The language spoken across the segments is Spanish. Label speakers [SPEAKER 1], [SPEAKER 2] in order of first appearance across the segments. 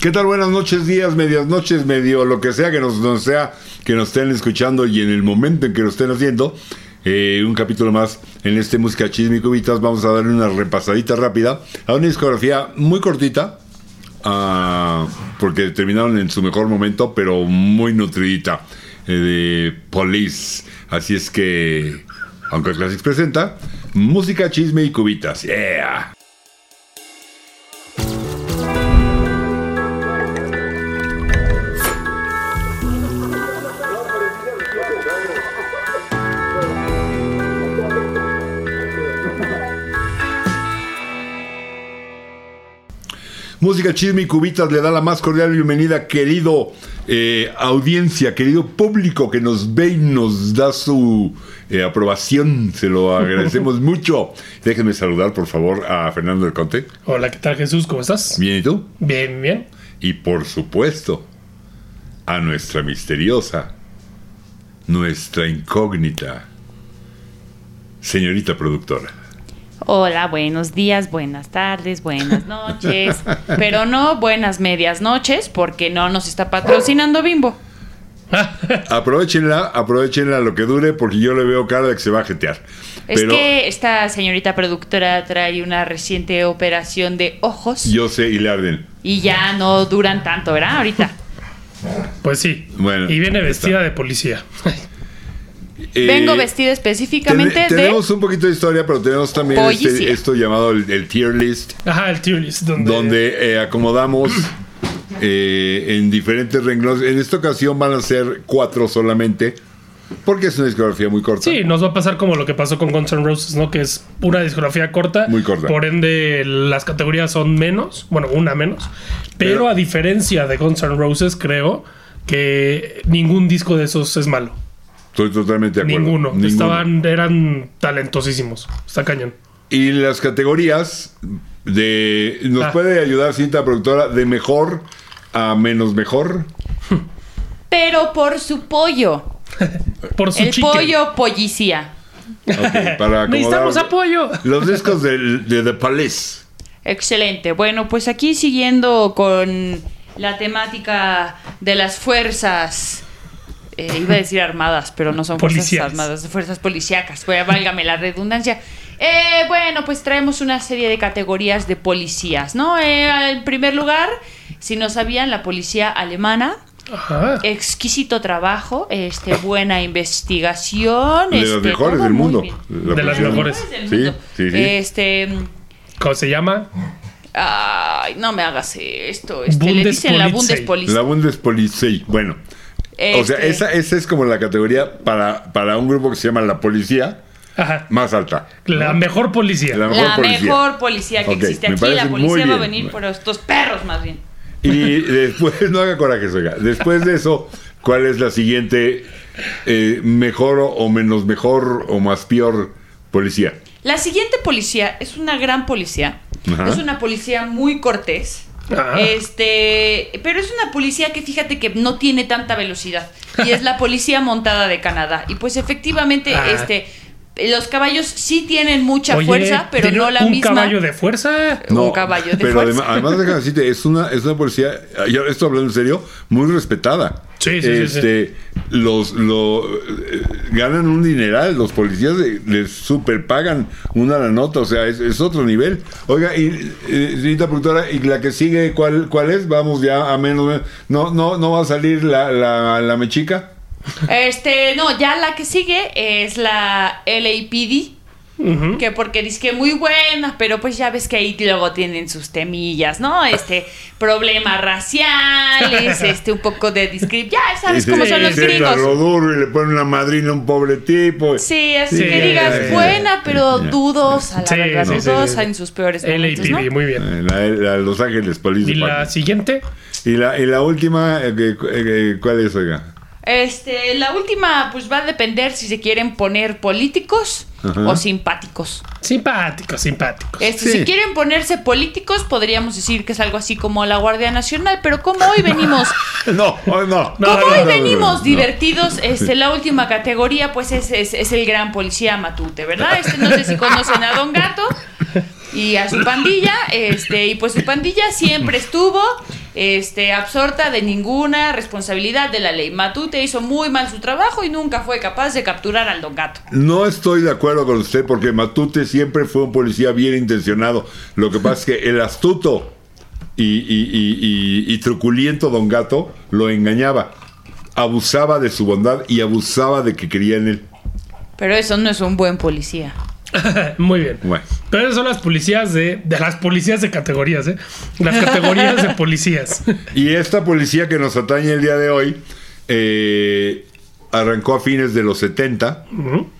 [SPEAKER 1] ¿Qué tal? Buenas noches, días, medias noches, medio, lo que sea que nos, nos sea que nos estén escuchando y en el momento en que lo estén haciendo. Eh, un capítulo más en este Música Chisme y Cubitas. Vamos a darle una repasadita rápida a una discografía muy cortita, ah, porque terminaron en su mejor momento, pero muy nutridita, eh, de Police. Así es que, aunque Classics presenta, Música Chisme y Cubitas. ¡Yeah! Música Chisme y Cubitas le da la más cordial bienvenida, querido eh, audiencia, querido público que nos ve y nos da su eh, aprobación. Se lo agradecemos mucho. Déjenme saludar, por favor, a Fernando del Conte.
[SPEAKER 2] Hola, ¿qué tal Jesús? ¿Cómo estás?
[SPEAKER 1] Bien, ¿y tú?
[SPEAKER 2] Bien, bien.
[SPEAKER 1] Y por supuesto, a nuestra misteriosa, nuestra incógnita, señorita productora.
[SPEAKER 3] Hola, buenos días, buenas tardes, buenas noches. Pero no buenas medias noches porque no nos está patrocinando Bimbo.
[SPEAKER 1] Aprovechenla, aprovechenla lo que dure porque yo le veo cara de que se va a jetear.
[SPEAKER 3] Es
[SPEAKER 1] Pero
[SPEAKER 3] que esta señorita productora trae una reciente operación de ojos
[SPEAKER 1] yo sé y le arden.
[SPEAKER 3] y ya no duran tanto, ¿verdad? Ahorita.
[SPEAKER 2] Pues sí.
[SPEAKER 1] Bueno,
[SPEAKER 2] y viene
[SPEAKER 1] está.
[SPEAKER 2] vestida de policía.
[SPEAKER 1] Eh,
[SPEAKER 3] Vengo vestida específicamente
[SPEAKER 1] Tene-
[SPEAKER 3] de...
[SPEAKER 1] tenemos un poquito de historia, pero tenemos también este-
[SPEAKER 3] Policía.
[SPEAKER 1] esto llamado el, el tier list,
[SPEAKER 2] Ajá, el Tunis, donde,
[SPEAKER 1] donde eh, acomodamos eh, en diferentes renglones. En esta ocasión van a ser cuatro solamente, porque es una discografía muy corta.
[SPEAKER 2] Sí, nos va a pasar como lo que pasó con Guns N' Roses, ¿no? Que es una discografía corta.
[SPEAKER 1] Muy corta.
[SPEAKER 2] Por ende, las categorías son menos, bueno, una menos. Pero,
[SPEAKER 1] Pero-
[SPEAKER 2] a diferencia de Guns N' Roses, creo que ningún disco de esos es malo.
[SPEAKER 1] Estoy totalmente de acuerdo.
[SPEAKER 2] Ninguno. Estaban, eran talentosísimos. Está cañón.
[SPEAKER 1] Y las categorías de... ¿Nos
[SPEAKER 2] Ah.
[SPEAKER 1] puede ayudar cinta productora de mejor a menos mejor?
[SPEAKER 3] Pero por su pollo.
[SPEAKER 2] Por su
[SPEAKER 3] El
[SPEAKER 2] chicken.
[SPEAKER 3] pollo policía.
[SPEAKER 1] Ok, para acomodar-
[SPEAKER 2] Necesitamos apoyo.
[SPEAKER 1] Los discos del- de The Palace.
[SPEAKER 3] Excelente. Bueno, pues aquí siguiendo con la temática de las fuerzas. eh, iba a decir armadas, pero no son
[SPEAKER 2] Policiales.
[SPEAKER 3] fuerzas armadas, fuerzas policíacas. Pues, válgame la redundancia. Eh, bueno, pues traemos una serie de categorías de policías, ¿no? Eh, en primer lugar, si no sabían, la policía alemana.
[SPEAKER 2] Ajá.
[SPEAKER 3] Exquisito trabajo, este, buena investigación.
[SPEAKER 1] De
[SPEAKER 3] este,
[SPEAKER 1] las mejores
[SPEAKER 3] todo
[SPEAKER 1] del
[SPEAKER 3] muy
[SPEAKER 1] mundo.
[SPEAKER 3] bien.
[SPEAKER 1] La
[SPEAKER 2] De las
[SPEAKER 1] pusieron.
[SPEAKER 2] mejores.
[SPEAKER 3] Del
[SPEAKER 1] Sí,
[SPEAKER 3] mundo.
[SPEAKER 1] sí, sí.
[SPEAKER 3] Este.
[SPEAKER 2] ¿Cómo se llama?
[SPEAKER 3] Ay, no me hagas esto. Este, le dicen la
[SPEAKER 2] Bundespolizei.
[SPEAKER 3] Bundespolizei.
[SPEAKER 1] La Bundespolizei. Bueno, o sea,
[SPEAKER 3] Este,
[SPEAKER 1] esa, esa es como la categoría para, para un grupo que se llama La Policía
[SPEAKER 2] Ajá.
[SPEAKER 1] más alta.
[SPEAKER 2] La mejor policía.
[SPEAKER 1] La
[SPEAKER 3] la
[SPEAKER 1] mejor policía.
[SPEAKER 3] mejor policía que
[SPEAKER 1] Ok,
[SPEAKER 3] existe
[SPEAKER 1] me
[SPEAKER 3] aquí.
[SPEAKER 1] parece
[SPEAKER 3] La
[SPEAKER 1] muy
[SPEAKER 3] policía va a
[SPEAKER 1] bien.
[SPEAKER 3] venir por estos perros, más bien.
[SPEAKER 1] Y después, no haga corajes, oiga. Después de eso, ¿cuál es la siguiente eh, mejor o- o menos mejor o más peor policía?
[SPEAKER 3] La siguiente policía es una gran policía.
[SPEAKER 1] Ajá.
[SPEAKER 3] Es una policía muy cortés.
[SPEAKER 2] Ah.
[SPEAKER 3] Este, pero es una policía que fíjate que no tiene tanta velocidad y es la policía montada de Canadá. Y pues efectivamente
[SPEAKER 2] Ah.
[SPEAKER 3] este los caballos sí tienen mucha
[SPEAKER 2] Oye,
[SPEAKER 3] fuerza, pero
[SPEAKER 2] tiene
[SPEAKER 3] no la
[SPEAKER 2] un
[SPEAKER 3] misma.
[SPEAKER 2] caballo de fuerza.
[SPEAKER 3] Un caballo de
[SPEAKER 1] pero
[SPEAKER 3] fuerza.
[SPEAKER 1] además, además déjame decirte, es una, es una policía, yo esto hablando en serio, muy respetada.
[SPEAKER 2] Sí, sí, sí,
[SPEAKER 1] este, Los, lo, eh, ganan un dineral, los policías eh, les superpagan una la nota, o sea, es, es otro nivel. Oiga, y, eh, señorita productora, ¿y la que sigue cuál, cuál es? Vamos ya a menos, no, no, no va a salir la, la, la mechica.
[SPEAKER 3] Este, no, ya la que sigue es la LAPD. Uh,
[SPEAKER 2] Ujú.
[SPEAKER 3] Que porque dice que muy buena, pero pues ya ves que ahí luego tienen sus temillas, ¿no? Este, problemas raciales, este, un poco de discriminación. Ya sabes
[SPEAKER 1] Y
[SPEAKER 3] cómo
[SPEAKER 1] se-
[SPEAKER 3] son
[SPEAKER 1] y
[SPEAKER 3] los
[SPEAKER 1] se entra a lo
[SPEAKER 3] gringos.
[SPEAKER 1] duro y le ponen una madrina a un pobre tipo.
[SPEAKER 3] Sí, así
[SPEAKER 2] Sí,
[SPEAKER 3] que digas
[SPEAKER 2] sí, sí.
[SPEAKER 3] buena, pero dudosa, la
[SPEAKER 2] Sí,
[SPEAKER 3] verdad,
[SPEAKER 2] sí, sí,
[SPEAKER 3] dudosa
[SPEAKER 2] sí.
[SPEAKER 3] en sus peores momentos, ¿no?
[SPEAKER 2] LAPD, muy bien.
[SPEAKER 1] Eh, La, la Los Ángeles Police
[SPEAKER 2] Y la
[SPEAKER 1] Department.
[SPEAKER 2] siguiente,
[SPEAKER 1] Y la, y la última, eh, que- eh, ¿cuál es, oiga?
[SPEAKER 3] Este, la última, pues va a depender si se quieren poner políticos
[SPEAKER 1] Ajá.
[SPEAKER 3] o simpáticos.
[SPEAKER 2] simpáticos, simpáticos.
[SPEAKER 3] Este,
[SPEAKER 1] Sí.
[SPEAKER 3] Si quieren ponerse políticos, podríamos decir que es algo así como la Guardia Nacional, pero como hoy venimos,
[SPEAKER 1] No, oh, no.
[SPEAKER 2] No,
[SPEAKER 3] como
[SPEAKER 2] no,
[SPEAKER 3] hoy
[SPEAKER 1] no,
[SPEAKER 3] venimos
[SPEAKER 1] no.
[SPEAKER 3] divertidos, este, la última categoría pues es, es- es el gran policía Matute, ¿verdad? Este, no sé si conocen a Don Gato y a su pandilla, este, y pues su pandilla siempre estuvo este, absorta de ninguna responsabilidad de la ley. Matute hizo muy mal su trabajo y nunca fue capaz de capturar al don gato.
[SPEAKER 1] No estoy de acuerdo con usted porque Matute siempre fue un policía bien intencionado. Lo que pasa es que el astuto y, y- y- y- y truculento don Gato lo engañaba. Abusaba de su bondad y abusaba de que quería en él.
[SPEAKER 3] Pero eso no es un buen policía.
[SPEAKER 2] Muy bien.
[SPEAKER 1] Bueno.
[SPEAKER 2] Pero esas son las policías de, de las policías de categorías, ¿eh? Las categorías de policías.
[SPEAKER 1] Y esta policía que nos atañe el día de hoy eh, arrancó a fines de los 70.
[SPEAKER 2] Ujú.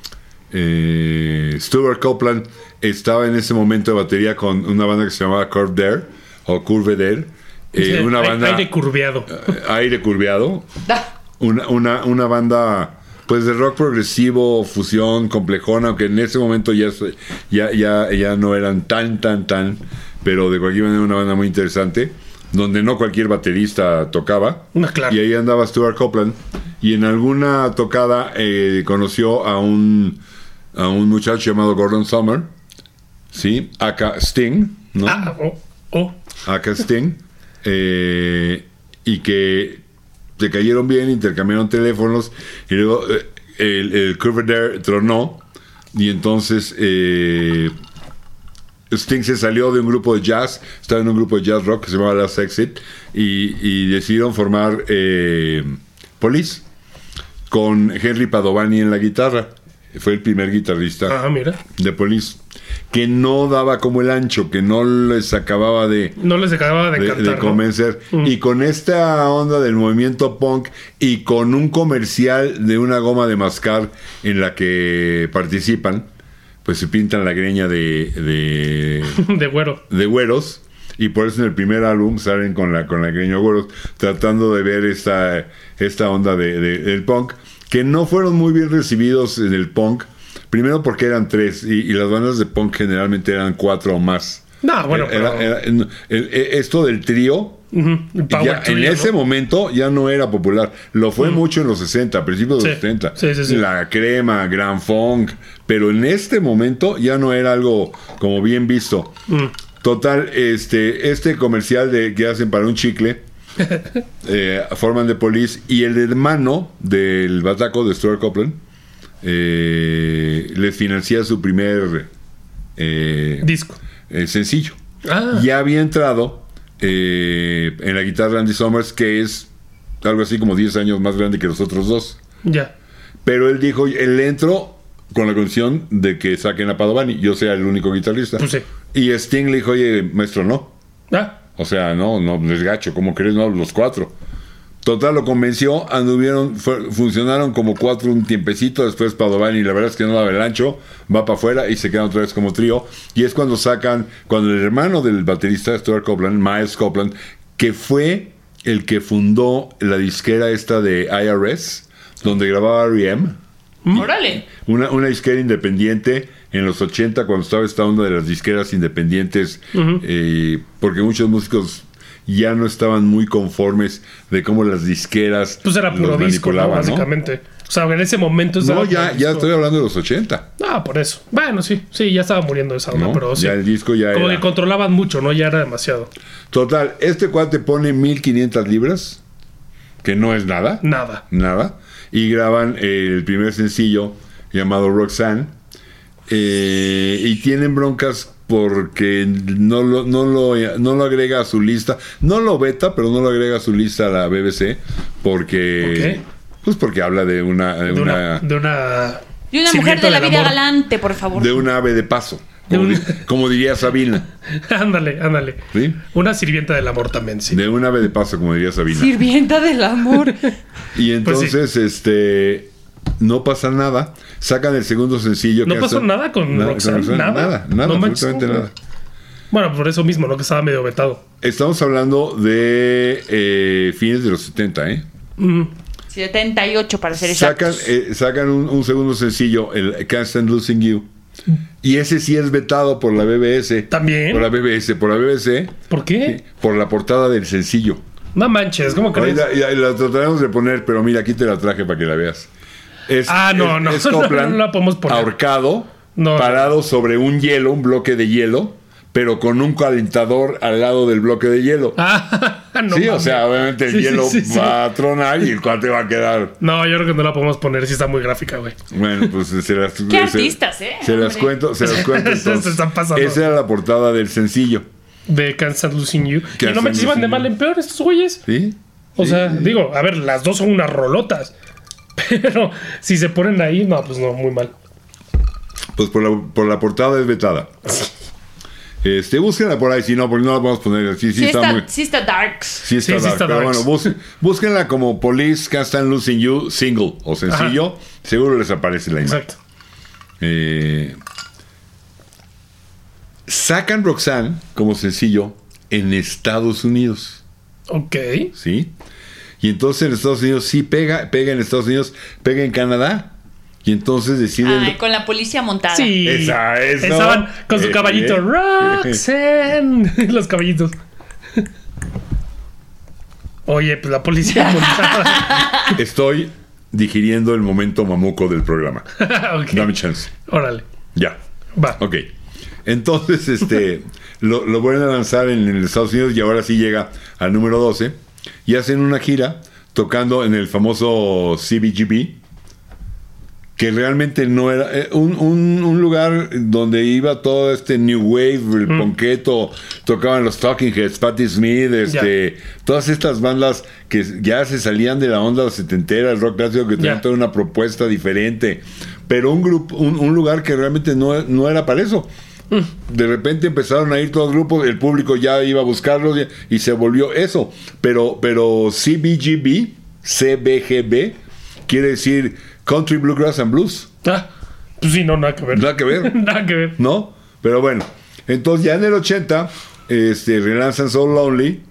[SPEAKER 1] Eh, Stuart Copeland estaba en ese momento de batería con una banda que se llamaba Curve Dare o Curve Dare. eh, una
[SPEAKER 2] Hay-
[SPEAKER 1] banda
[SPEAKER 2] Aire curveado.
[SPEAKER 1] eh, aire curviado.
[SPEAKER 3] Da.
[SPEAKER 1] Una, una, una banda pues de rock progresivo, fusión, complejona, aunque en ese momento ya, se- ya, ya, ya no eran tan, tan, tan, pero de cualquier manera una banda muy interesante, donde no cualquier baterista tocaba.
[SPEAKER 2] No, claro.
[SPEAKER 1] Y ahí andaba Stuart Copeland. Y en alguna tocada eh, conoció a un, a un muchacho llamado Gordon Summer, ¿sí? Aka Sting, ¿no?
[SPEAKER 2] Ah, oh, oh.
[SPEAKER 1] a Sting eh, y que se cayeron bien, intercambiaron teléfonos y luego eh, el, el Curvedere tronó y entonces eh, Sting se salió de un grupo de jazz, estaba en un grupo de jazz rock que se llamaba Last Exit y, y decidieron formar eh, Police con Henry Padovani en la guitarra. Fue el primer guitarrista
[SPEAKER 2] Ah, mira.
[SPEAKER 1] de Police, que no daba como el ancho, que no les acababa de,
[SPEAKER 2] No les acababa de
[SPEAKER 1] de,
[SPEAKER 2] encantar.
[SPEAKER 1] de
[SPEAKER 2] ¿no?
[SPEAKER 1] convencer.
[SPEAKER 2] Mm.
[SPEAKER 1] Y con esta onda del movimiento punk y con un comercial de una goma de mascar en la que participan, pues se pintan la greña de, de,
[SPEAKER 2] De güero.
[SPEAKER 1] de güeros. Y por eso en el primer álbum salen con la, con la greña de güeros, tratando de ver esta, esta onda de, de- del punk, que no fueron muy bien recibidos en el punk. Primero porque eran tres y, y las bandas de punk generalmente eran cuatro o más.
[SPEAKER 2] No, Ah, bueno,
[SPEAKER 1] Eh, Era-
[SPEAKER 2] pero.
[SPEAKER 1] era- en- el- e- esto del trío,
[SPEAKER 2] Ujú, el power
[SPEAKER 1] ya en
[SPEAKER 2] trio,
[SPEAKER 1] ese
[SPEAKER 2] ¿no? Mm.
[SPEAKER 1] momento ya no era popular. Lo fue mucho en los 60, a principios de los
[SPEAKER 2] Sí.
[SPEAKER 1] 70.
[SPEAKER 2] Sí, sí, sí.
[SPEAKER 1] La crema, Grand Funk. Pero en este momento ya no era algo como bien visto.
[SPEAKER 2] Mm,
[SPEAKER 1] Total, este, este comercial de, que hacen para un chicle. eh, forman de Police y el hermano del bataco de Stuart Copeland eh, les financia su primer eh,
[SPEAKER 2] Disco.
[SPEAKER 1] eh, sencillo.
[SPEAKER 2] Ah.
[SPEAKER 1] Ya había entrado eh, en la guitarra Andy Summers, que es algo así como 10 años más grande que los otros dos.
[SPEAKER 2] Ya.
[SPEAKER 1] Pero él dijo, él entró con la condición de que saquen a Padovani, yo sea el único guitarrista.
[SPEAKER 2] Pues sí.
[SPEAKER 1] Y Sting le dijo, oye, maestro, no.
[SPEAKER 2] Ah,
[SPEAKER 1] O sea, no, no, no es gacho, ¿cómo crees? No, los cuatro. Total, lo convenció, anduvieron, fue- funcionaron como cuatro un tiempecito, después Padovani, la verdad es que no daba el ancho, va para afuera y se quedan otra vez como trío. Y es cuando sacan, cuando el hermano del baterista Stuart Copeland, Miles Copeland, que fue el que fundó la disquera esta de IRS, donde grababa E R.E.M.,
[SPEAKER 2] Mm.
[SPEAKER 3] Órale.
[SPEAKER 1] una, una disquera independiente en los 80 cuando estaba esta onda de las disqueras independientes, eh, porque muchos músicos ya no estaban muy conformes de cómo las disqueras
[SPEAKER 2] pues era
[SPEAKER 1] los
[SPEAKER 2] puro disco, ¿no?
[SPEAKER 1] manipulaban, ¿no?
[SPEAKER 2] básicamente. O sea, en ese momento.
[SPEAKER 1] No,
[SPEAKER 2] estaba
[SPEAKER 1] ya,
[SPEAKER 2] puro
[SPEAKER 1] ya
[SPEAKER 2] disco.
[SPEAKER 1] estoy hablando de los 80,
[SPEAKER 2] Ah, por eso. Bueno, sí, sí, ya estaba muriendo esa onda,
[SPEAKER 1] ¿no?
[SPEAKER 2] pero sí.
[SPEAKER 1] Ya el disco ya
[SPEAKER 2] Como
[SPEAKER 1] era.
[SPEAKER 2] que controlaban mucho, ¿no? Ya era demasiado.
[SPEAKER 1] Total, este cuate pone 1500 libras, que no es nada.
[SPEAKER 2] Nada.
[SPEAKER 1] nada. Y graban el primer sencillo llamado Roxanne. Eh, y tienen broncas porque no lo, no, lo, no lo agrega a su lista. No lo beta, pero no lo agrega a su lista a la BBC. Porque.
[SPEAKER 2] ¿Por qué?
[SPEAKER 1] Pues porque habla de una. De,
[SPEAKER 2] De
[SPEAKER 1] una,
[SPEAKER 2] una. De una,
[SPEAKER 3] Y una mujer
[SPEAKER 2] sirvienta
[SPEAKER 3] de la
[SPEAKER 2] del
[SPEAKER 3] vida
[SPEAKER 2] amor.
[SPEAKER 3] galante, por favor.
[SPEAKER 1] de una ave de paso.
[SPEAKER 2] De
[SPEAKER 1] Como,
[SPEAKER 2] un-
[SPEAKER 1] di- como diría Sabina.
[SPEAKER 2] ándale, ándale.
[SPEAKER 1] ¿sí?
[SPEAKER 2] Una sirvienta del amor también, sí.
[SPEAKER 1] De una ave de paso, como diría Sabina.
[SPEAKER 3] Sirvienta del amor.
[SPEAKER 1] Y
[SPEAKER 2] Pues sí.
[SPEAKER 1] entonces, este. No pasa nada. Sacan el segundo sencillo.
[SPEAKER 2] ¿No
[SPEAKER 1] que
[SPEAKER 2] pasó
[SPEAKER 1] hacen-
[SPEAKER 2] nada con Roxanne?
[SPEAKER 1] Nada,
[SPEAKER 2] ¿Nada?
[SPEAKER 1] nada, nada,
[SPEAKER 2] No manches,
[SPEAKER 1] absolutamente
[SPEAKER 2] no.
[SPEAKER 1] nada.
[SPEAKER 2] Bueno, por eso mismo, ¿no? Que estaba medio vetado.
[SPEAKER 1] Estamos hablando de eh, fines de los 70, ¿eh?
[SPEAKER 2] Mm,
[SPEAKER 3] 78 para ser
[SPEAKER 1] Sacan,
[SPEAKER 3] exactos.
[SPEAKER 1] eh, sacan un, un segundo sencillo, el Can't Stand Losing You. Y ese sí es vetado por la BBS.
[SPEAKER 2] Mm. ¿También?
[SPEAKER 1] Por la BBS, por la BBC,
[SPEAKER 2] ¿Por qué?
[SPEAKER 1] por la portada del sencillo.
[SPEAKER 2] No manches, ¿cómo crees?
[SPEAKER 1] Ahorita ya la trataremos de poner, pero mira, aquí te la traje para que la veas. Es,
[SPEAKER 2] Ah, no,
[SPEAKER 1] es-
[SPEAKER 2] no,
[SPEAKER 1] es
[SPEAKER 2] no,
[SPEAKER 1] Copland
[SPEAKER 2] no la podemos poner.
[SPEAKER 1] Ahorcado,
[SPEAKER 2] No.
[SPEAKER 1] parado sobre un hielo, un bloque de hielo, pero con un calentador al lado del bloque de hielo.
[SPEAKER 2] Ah, No
[SPEAKER 1] sí, o
[SPEAKER 2] mames.
[SPEAKER 1] sea, obviamente el
[SPEAKER 2] Sí, sí,
[SPEAKER 1] hielo
[SPEAKER 2] sí, sí.
[SPEAKER 1] va a tronar y el cuate va a quedar.
[SPEAKER 2] No, yo creo que no la podemos poner si está muy gráfica, güey.
[SPEAKER 1] Bueno, pues se las
[SPEAKER 3] Qué
[SPEAKER 1] se-
[SPEAKER 3] artistas, ¿eh?
[SPEAKER 1] Se las
[SPEAKER 3] Hombre.
[SPEAKER 1] cuento, se las cuento.
[SPEAKER 2] Se
[SPEAKER 1] entonces.
[SPEAKER 2] están pasando.
[SPEAKER 1] Esa era la portada del sencillo,
[SPEAKER 2] De Can't Stop Losing You.
[SPEAKER 1] Can't
[SPEAKER 2] Y no me
[SPEAKER 1] Stop
[SPEAKER 2] iban de
[SPEAKER 1] Losing
[SPEAKER 2] mal
[SPEAKER 1] You.
[SPEAKER 2] en peor estos güeyes.
[SPEAKER 1] ¿sí?
[SPEAKER 2] O
[SPEAKER 1] Sí,
[SPEAKER 2] sea,
[SPEAKER 1] sí.
[SPEAKER 2] digo, a ver, las dos son unas rolotas. Pero si se ponen ahí, no, pues no, muy mal.
[SPEAKER 1] Pues por la, por la portada es vetada. Este, búsquenla por ahí, si no, porque no la podemos poner. Sí, sí,
[SPEAKER 3] Sí
[SPEAKER 1] está,
[SPEAKER 3] está,
[SPEAKER 1] muy.
[SPEAKER 3] sí está darks.
[SPEAKER 1] Sí está,
[SPEAKER 2] Sí, sí
[SPEAKER 1] dark,
[SPEAKER 2] está
[SPEAKER 1] pero
[SPEAKER 2] dark.
[SPEAKER 1] bueno, busquen- búsquenla como Police Can't Stand Losing You single o sencillo. Seguro les aparece la imagen.
[SPEAKER 2] Exacto.
[SPEAKER 1] Eh, sacan Roxanne como sencillo en Estados Unidos,
[SPEAKER 2] Ok.
[SPEAKER 1] ¿sí? Y entonces en Estados Unidos sí pega, pega en Estados Unidos, pega en Canadá. Y entonces deciden...
[SPEAKER 3] Ay, con la policía montada.
[SPEAKER 2] Sí.
[SPEAKER 1] Esa es, ¿no?
[SPEAKER 2] Estaban con su
[SPEAKER 1] Eh,
[SPEAKER 2] caballito.
[SPEAKER 1] eh.
[SPEAKER 2] Roxanne. Los caballitos. Oye, pues la policía montada.
[SPEAKER 1] Estoy digiriendo el momento mamuco del programa.
[SPEAKER 2] Ok.
[SPEAKER 1] Dame chance.
[SPEAKER 2] Órale.
[SPEAKER 1] Ya.
[SPEAKER 2] Va.
[SPEAKER 1] Ok. Entonces, este, lo, lo vuelven a lanzar en, en Estados Unidos y ahora sí llega al número 12 y hacen una gira tocando en el famoso CBGB, que realmente no era eh, un, un- un lugar donde iba todo este New Wave, el Ponqueto, tocaban los Talking Heads, Patti Smith, este, todas estas bandas que ya se salían de la onda setentera, el rock clásico, que tenían
[SPEAKER 2] Ya.
[SPEAKER 1] toda una propuesta diferente, pero un, grupo, un, un lugar que realmente no, no era para eso. De repente empezaron a ir todos grupos, el público ya iba a buscarlos y, y se volvió eso. Pero, pero CBGB, CBGB, quiere decir Country Bluegrass and Blues.
[SPEAKER 2] Ah, pues sí, no, nada que ver.
[SPEAKER 1] Nada que ver,
[SPEAKER 2] Nada que ver.
[SPEAKER 1] ¿no? Pero bueno, entonces ya en el 80 este, relanzan So Lonely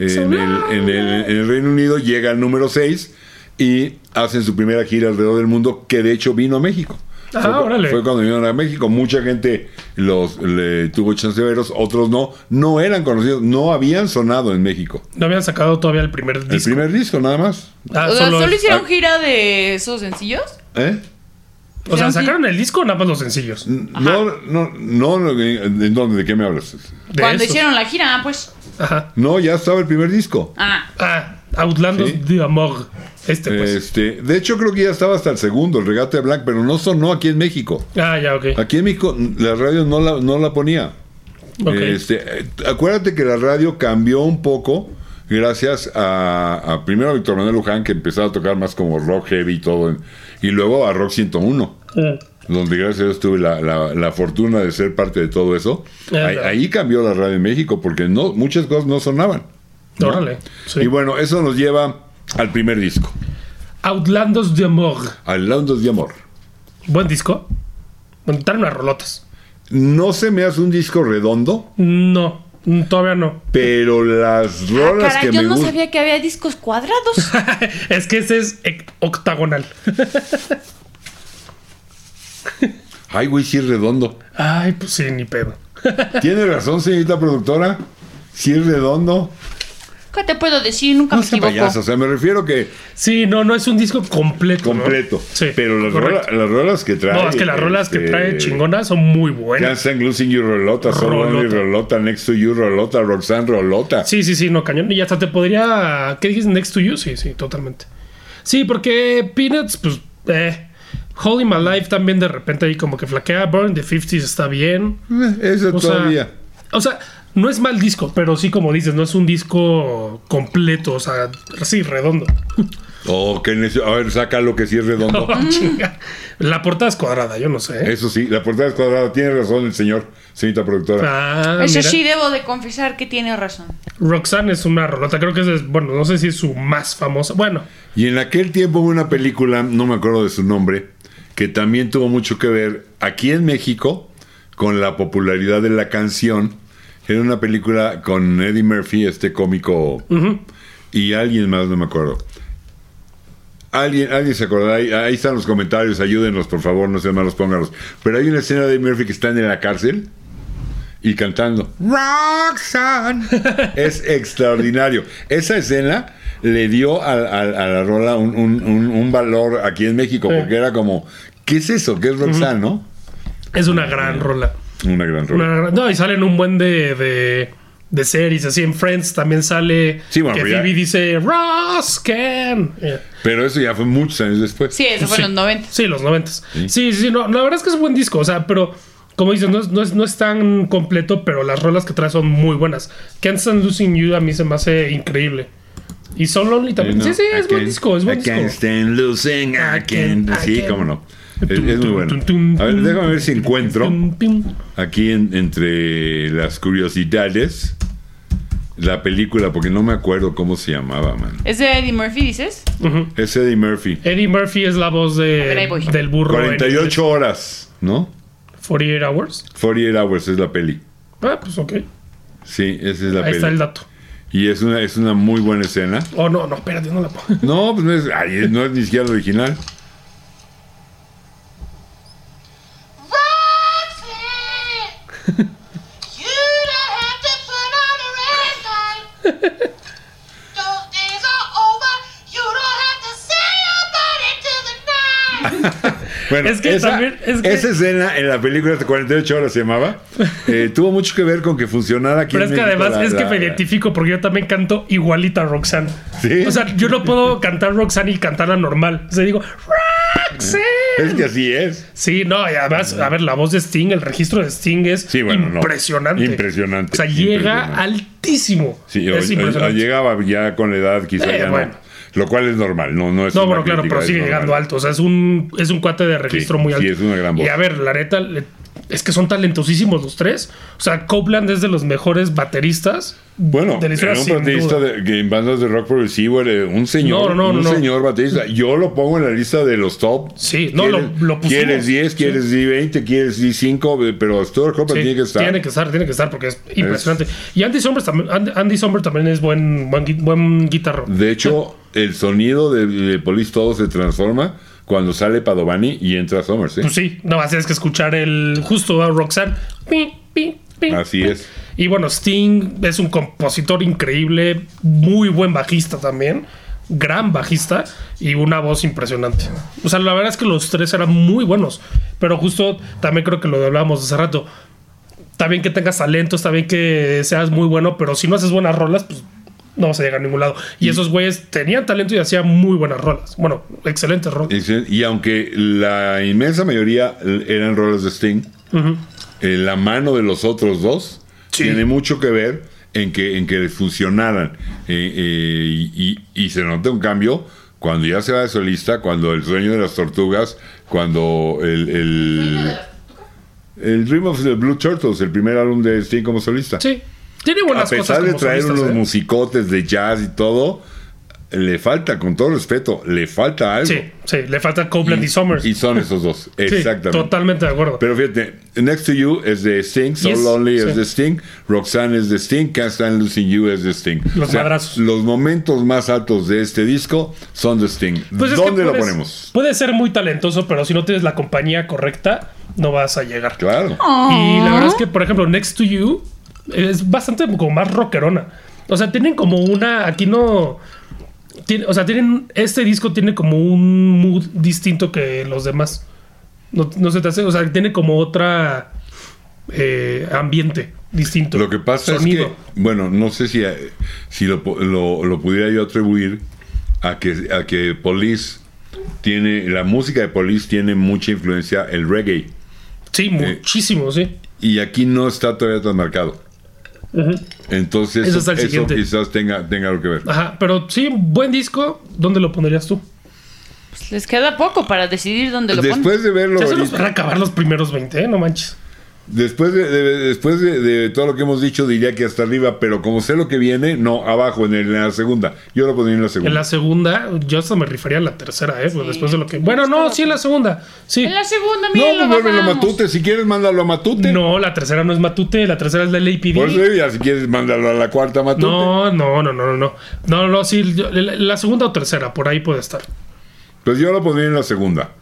[SPEAKER 1] en,
[SPEAKER 2] So
[SPEAKER 1] el, en el- en el Reino Unido, llega al número 6 y hacen su primera gira alrededor del mundo, que de hecho vino a México.
[SPEAKER 2] Ah,
[SPEAKER 1] fue, cu-
[SPEAKER 2] órale.
[SPEAKER 1] fue cuando vinieron a México. Mucha gente los le tuvo chance de verlos, otros no. No eran conocidos, no habían sonado en México.
[SPEAKER 2] No habían sacado todavía el primer disco.
[SPEAKER 1] El primer disco, nada más.
[SPEAKER 2] Ah,
[SPEAKER 3] O sea,
[SPEAKER 2] solo
[SPEAKER 3] solo,
[SPEAKER 2] es-
[SPEAKER 1] ah.
[SPEAKER 3] hicieron gira de esos sencillos.
[SPEAKER 1] ¿Eh?
[SPEAKER 2] o sea,
[SPEAKER 3] hicieron- Mm.
[SPEAKER 2] sacaron el disco o nada más los sencillos. De
[SPEAKER 1] No, no, no, ¿en dónde? ¿De qué me hablas?
[SPEAKER 3] Cuando
[SPEAKER 2] esos.
[SPEAKER 3] hicieron la gira, ah, pues.
[SPEAKER 2] Ajá.
[SPEAKER 1] No, ya estaba el primer disco.
[SPEAKER 3] Ah,
[SPEAKER 2] Ah, Outlandos
[SPEAKER 1] Sí.
[SPEAKER 2] de Amor. Este, pues.
[SPEAKER 1] Este, de hecho, creo que ya estaba hasta el segundo, el regate de Black, pero no sonó aquí en México.
[SPEAKER 2] ah, ya, ok.
[SPEAKER 1] Aquí en México la radio no la, no la ponía.
[SPEAKER 2] Ok.
[SPEAKER 1] Este, eh, acuérdate que la radio cambió un poco gracias a, a primero a Víctor Manuel Luján, que empezaba a tocar más como rock heavy y todo, en- y luego a Rock 101,
[SPEAKER 2] Mm.
[SPEAKER 1] donde gracias a Dios tuve la, la- la fortuna de ser parte de todo eso.
[SPEAKER 2] Ah,
[SPEAKER 1] Ahí,
[SPEAKER 2] claro.
[SPEAKER 1] ahí cambió la radio en México, porque no, muchas cosas no sonaban. ¿no?
[SPEAKER 2] Órale. sí.
[SPEAKER 1] Y bueno, eso nos lleva al primer disco,
[SPEAKER 2] Outlandos de Amor.
[SPEAKER 1] al Landos de Amor.
[SPEAKER 2] Buen disco. Bueno, traen unas rolotas.
[SPEAKER 1] No se me hace un disco redondo,
[SPEAKER 2] No, mm, todavía no.
[SPEAKER 1] pero las
[SPEAKER 3] ah,
[SPEAKER 1] rolas
[SPEAKER 3] caray,
[SPEAKER 1] que
[SPEAKER 3] yo
[SPEAKER 1] me
[SPEAKER 3] no
[SPEAKER 1] gustan.
[SPEAKER 3] sabía que había discos cuadrados.
[SPEAKER 2] es que ese es ec- octagonal.
[SPEAKER 1] Ay, güey, sí es redondo.
[SPEAKER 2] Ay, pues sí, ni pedo.
[SPEAKER 1] Tiene razón, señorita productora. Sí es redondo.
[SPEAKER 3] ¿Qué te puedo decir? Nunca
[SPEAKER 1] No
[SPEAKER 3] me
[SPEAKER 1] sea
[SPEAKER 3] equivoco.
[SPEAKER 1] payaso, o sea, me refiero que
[SPEAKER 2] Sí, no, no es un disco completo. ¿no?
[SPEAKER 1] completo.
[SPEAKER 2] Sí.
[SPEAKER 1] pero las,
[SPEAKER 2] correcto.
[SPEAKER 1] rola- las rolas que trae.
[SPEAKER 2] No, es que las rolas que
[SPEAKER 1] este,
[SPEAKER 2] trae chingonas son muy
[SPEAKER 1] Can't
[SPEAKER 2] buenas.
[SPEAKER 1] Stand Losing You Rolota, Solo Only
[SPEAKER 2] Rolota.
[SPEAKER 1] Rolota, Next to You Rolota, Roxanne Rolota.
[SPEAKER 2] Sí, sí, sí, no, cañón. Y hasta te podría. ¿Qué dijiste? Next to You. Sí, sí, totalmente. Sí, porque Peanuts, pues. Eh. Holding My Life también de repente ahí como que flaquea. Burn the 50s está bien.
[SPEAKER 1] Eh, Eso
[SPEAKER 2] O
[SPEAKER 1] todavía.
[SPEAKER 2] sea, o sea, no es mal disco, pero sí, como dices, no es un disco completo. O sea, sí, redondo.
[SPEAKER 1] Oh, que necio. A ver, saca lo que sí es redondo.
[SPEAKER 2] Ah,
[SPEAKER 3] Mm.
[SPEAKER 2] Chinga. La portada es cuadrada, yo no sé. ¿eh?
[SPEAKER 1] Eso sí, la portada es cuadrada. Tiene razón el señor, señorita productora.
[SPEAKER 2] Ah,
[SPEAKER 3] Eso
[SPEAKER 2] mira.
[SPEAKER 3] sí, debo de confesar que tiene razón.
[SPEAKER 2] Roxanne es una rolota. Creo que esa es, bueno, no sé si es su más famosa. Bueno,
[SPEAKER 1] Y en aquel tiempo hubo una película, no me acuerdo de su nombre, que también tuvo mucho que ver aquí en México con la popularidad de la canción. Era una película con Eddie Murphy, este cómico,
[SPEAKER 2] ujú.
[SPEAKER 1] y alguien más, no me acuerdo. Alguien, alguien se acordará, ahí, ahí están los comentarios, ayúdenlos por favor, no sean malos, pónganlos. Pero hay una escena de Eddie Murphy que están en la cárcel y cantando. Roxanne. es extraordinario. Esa escena le dio a, a- a la rola un, un- un- un valor aquí en México,
[SPEAKER 2] Sí.
[SPEAKER 1] porque era como, ¿qué es eso? ¿Qué es Roxanne, no?
[SPEAKER 2] es una gran rola.
[SPEAKER 1] Una gran rola.
[SPEAKER 2] Una gran- no, y salen un buen de, de de series, así en Friends también sale
[SPEAKER 1] Sí, bueno,
[SPEAKER 2] que
[SPEAKER 1] pero ya-
[SPEAKER 2] Phoebe dice Roskin. Eh, pues
[SPEAKER 1] Pero eso ya fue muchos años después.
[SPEAKER 3] Sí, eso fue
[SPEAKER 2] Sí.
[SPEAKER 3] en los 90.
[SPEAKER 2] Sí, los noventas. Sí, sí, sí, no, la verdad es que es un buen disco, o sea, pero como dices, no es, no es, no es tan completo, pero las rolas que trae son muy buenas. Can't Stand Losing You a mí se me hace increíble. Y Son Lonely también.
[SPEAKER 1] Eh, no,
[SPEAKER 2] sí, sí, es
[SPEAKER 1] I
[SPEAKER 2] buen
[SPEAKER 1] can't-
[SPEAKER 2] disco, es buen
[SPEAKER 1] I can't
[SPEAKER 2] disco.
[SPEAKER 1] stand losing, I
[SPEAKER 2] I
[SPEAKER 1] can't.
[SPEAKER 2] can't- I
[SPEAKER 1] Sí,
[SPEAKER 2] can't.
[SPEAKER 1] cómo no. Es, es muy bueno. A ver, déjame ver si encuentro
[SPEAKER 2] Pum, pum.
[SPEAKER 1] aquí en- entre las curiosidades la película, porque no me acuerdo cómo se llamaba, man.
[SPEAKER 3] ¿Es de Eddie Murphy, dices?
[SPEAKER 2] Ujú.
[SPEAKER 1] Es Eddie Murphy.
[SPEAKER 2] Eddie Murphy es la voz de,
[SPEAKER 3] A ver, ahí voy.
[SPEAKER 2] del burro. en-
[SPEAKER 1] 48 horas, ¿no?
[SPEAKER 2] 48 Hours.
[SPEAKER 1] 48 hours es la peli.
[SPEAKER 2] Ah, pues ok. Ahí
[SPEAKER 1] Sí, esa es la
[SPEAKER 2] está el
[SPEAKER 1] peli.
[SPEAKER 2] dato.
[SPEAKER 1] Y es una, es una muy buena escena.
[SPEAKER 2] Oh, no, no, espérate, no la pongo.
[SPEAKER 1] No, pues no es, ay, no es ni siquiera la original.
[SPEAKER 4] Roxy! you don't have to put on a red light. Those days are over. You don't have to sell your body to the night.
[SPEAKER 1] Bueno,
[SPEAKER 2] Es que
[SPEAKER 1] esa,
[SPEAKER 2] también- es que-
[SPEAKER 1] esa escena en la película de 48 horas se llamaba, eh, tuvo mucho que ver con que funcionara aquí.
[SPEAKER 2] Pero
[SPEAKER 1] en
[SPEAKER 2] es que
[SPEAKER 1] México
[SPEAKER 2] además
[SPEAKER 1] la-
[SPEAKER 2] es que
[SPEAKER 1] la-
[SPEAKER 2] me identifico porque yo también canto igualita a Roxanne.
[SPEAKER 1] Sí.
[SPEAKER 2] O sea, yo no puedo cantar Roxanne y cantarla normal. O sea, digo, ¡Roxanne!
[SPEAKER 1] Es que así es.
[SPEAKER 2] Sí, no, y además, a ver, la voz de Sting, el registro de Sting es
[SPEAKER 1] Sí, bueno, no.
[SPEAKER 2] impresionante.
[SPEAKER 1] Impresionante,
[SPEAKER 2] O sea, llega
[SPEAKER 1] impresionante.
[SPEAKER 2] altísimo.
[SPEAKER 1] Sí, o-
[SPEAKER 2] es
[SPEAKER 1] o- o
[SPEAKER 2] impresionante.
[SPEAKER 1] llegaba ya con la edad, quizá
[SPEAKER 2] Eh,
[SPEAKER 1] ya
[SPEAKER 2] bueno.
[SPEAKER 1] no. Lo cual es normal, no, no es
[SPEAKER 2] No,
[SPEAKER 1] una
[SPEAKER 2] bueno, claro,
[SPEAKER 1] crítica,
[SPEAKER 2] pero
[SPEAKER 1] es
[SPEAKER 2] sigue
[SPEAKER 1] normal.
[SPEAKER 2] llegando alto. O sea, es un, es un cuate de registro
[SPEAKER 1] Sí,
[SPEAKER 2] muy
[SPEAKER 1] sí,
[SPEAKER 2] alto.
[SPEAKER 1] es una gran voz.
[SPEAKER 2] Y a ver, la neta, le- es que son talentosísimos los tres. O sea, Copeland es de los mejores bateristas.
[SPEAKER 1] Bueno,
[SPEAKER 2] de la historia,
[SPEAKER 1] era un
[SPEAKER 2] sin
[SPEAKER 1] baterista
[SPEAKER 2] duda.
[SPEAKER 1] de- que en bandas de rock progresivo, era un señor,
[SPEAKER 2] No, no,
[SPEAKER 1] un
[SPEAKER 2] no, no.
[SPEAKER 1] señor baterista. Yo lo pongo en la lista de los top.
[SPEAKER 2] Sí, no, lo-
[SPEAKER 1] ¿Quieres-
[SPEAKER 2] lo pusimos.
[SPEAKER 1] Quieres 10, quieres 20, quieres 5, pero Stuart Copeland
[SPEAKER 2] Sí,
[SPEAKER 1] Pues tiene que estar.
[SPEAKER 2] Tiene que estar, tiene que estar, porque es impresionante. Y Andy Sommer también, And- Andy Sommer también es buen, buen, gui- buen guitarro.
[SPEAKER 1] De hecho, el sonido de, de Police todo se transforma cuando sale Padovani y entra Summers. ¿eh?
[SPEAKER 2] Pues sí, no más tienes que escuchar el justo a Roxanne. Pi, pi, pi,
[SPEAKER 1] Así
[SPEAKER 2] pi.
[SPEAKER 1] es.
[SPEAKER 2] Y bueno, Sting es un compositor increíble, muy buen bajista también, gran bajista y una voz impresionante. O sea, la verdad es que los tres eran muy buenos, pero justo también creo que lo hablábamos hace rato. Está bien que tengas talento, está bien que seas muy bueno, pero si no haces buenas rolas, pues no vas a llegar a ningún lado. Y esos güeyes tenían talento y hacían muy buenas rolas. Bueno, excelentes rolas.
[SPEAKER 1] Excelente. Y aunque la inmensa mayoría l- eran roles de Sting, eh, la mano de los otros dos
[SPEAKER 2] Sí.
[SPEAKER 1] tiene mucho que ver en que, en que funcionaran. Eh, eh, y, y- y se nota un cambio cuando ya se va de solista, cuando el sueño de las tortugas, cuando el. el el Dream of the Blue Turtles, el primer álbum de Sting como solista.
[SPEAKER 2] Sí, tiene
[SPEAKER 1] a
[SPEAKER 2] buenas cosas.
[SPEAKER 1] pesar de
[SPEAKER 2] como
[SPEAKER 1] traer
[SPEAKER 2] solistas,
[SPEAKER 1] unos
[SPEAKER 2] ¿eh?
[SPEAKER 1] musicotes de jazz y todo, le falta, con todo respeto, le falta algo.
[SPEAKER 2] Sí, sí, le falta Copeland y, Summers.
[SPEAKER 1] Y son esos dos,
[SPEAKER 2] Sí,
[SPEAKER 1] exactamente.
[SPEAKER 2] Totalmente de acuerdo.
[SPEAKER 1] Pero fíjate, Next to You es de Sting, So
[SPEAKER 2] Yes,
[SPEAKER 1] Lonely
[SPEAKER 2] sí.
[SPEAKER 1] es de Sting, Roxanne es de Sting, Can't Stand Losing You es de Sting.
[SPEAKER 2] Los madrazos.
[SPEAKER 1] Los momentos más altos de este disco son de Sting.
[SPEAKER 2] Pues es que
[SPEAKER 1] ¿Dónde lo
[SPEAKER 2] puedes-
[SPEAKER 1] ponemos?
[SPEAKER 2] Puedes ser muy talentoso, pero si no tienes la compañía correcta, no vas a llegar.
[SPEAKER 1] Claro.
[SPEAKER 2] Y la verdad es que, por ejemplo, Next to You es bastante como más rockerona. O sea, tienen como una. Aquí no. tiene- o sea, tienen. Este disco tiene como un mood distinto que los demás. No, no se te hace. O sea, tiene como otra. eh, ambiente distinto.
[SPEAKER 1] Lo que pasa
[SPEAKER 2] Sonido.
[SPEAKER 1] es que, bueno, no sé si, eh, si lo, po- lo- lo pudiera yo atribuir a que, a que Police tiene, la música de Police tiene mucha influencia el reggae. eh,
[SPEAKER 2] Sí, muchísimo, sí.
[SPEAKER 1] Y aquí no está todavía tan marcado.
[SPEAKER 2] Ujú.
[SPEAKER 1] Entonces,
[SPEAKER 2] Eso
[SPEAKER 1] eso,
[SPEAKER 2] está el siguiente.
[SPEAKER 1] quizás tenga, tenga algo que ver.
[SPEAKER 2] Ajá, pero sí, buen disco. ¿Dónde lo pondrías tú?
[SPEAKER 3] Pues les queda poco para decidir dónde lo ponen.
[SPEAKER 1] Después de verlo,
[SPEAKER 2] Ya se nos
[SPEAKER 1] ahorita-
[SPEAKER 2] van a acabar los primeros 20, ¿eh? No manches.
[SPEAKER 1] después, de, de- después de, de todo lo que hemos dicho, diría que hasta arriba, pero como sé lo que viene, no, abajo, en, el- en la segunda. Yo lo pondría en la segunda.
[SPEAKER 2] En la segunda, yo hasta me refería a la tercera, ¿eh? Pues Después de lo que. Bueno, no, sí, en la segunda. Sí.
[SPEAKER 3] En la segunda, miren,
[SPEAKER 1] no,
[SPEAKER 3] lo
[SPEAKER 1] vuelve a
[SPEAKER 3] bajamos.
[SPEAKER 1] Matute. Si quieres, mándalo a Matute.
[SPEAKER 2] No, la tercera no es Matute, la tercera es la LAPD.
[SPEAKER 1] Por eso, ya si quieres, mándalo a la cuarta Matute.
[SPEAKER 2] No, no, no, no, no, no. No, no, sí, yo- la, la segunda o tercera, por ahí puede estar.
[SPEAKER 1] Pues yo lo pondría en la segunda.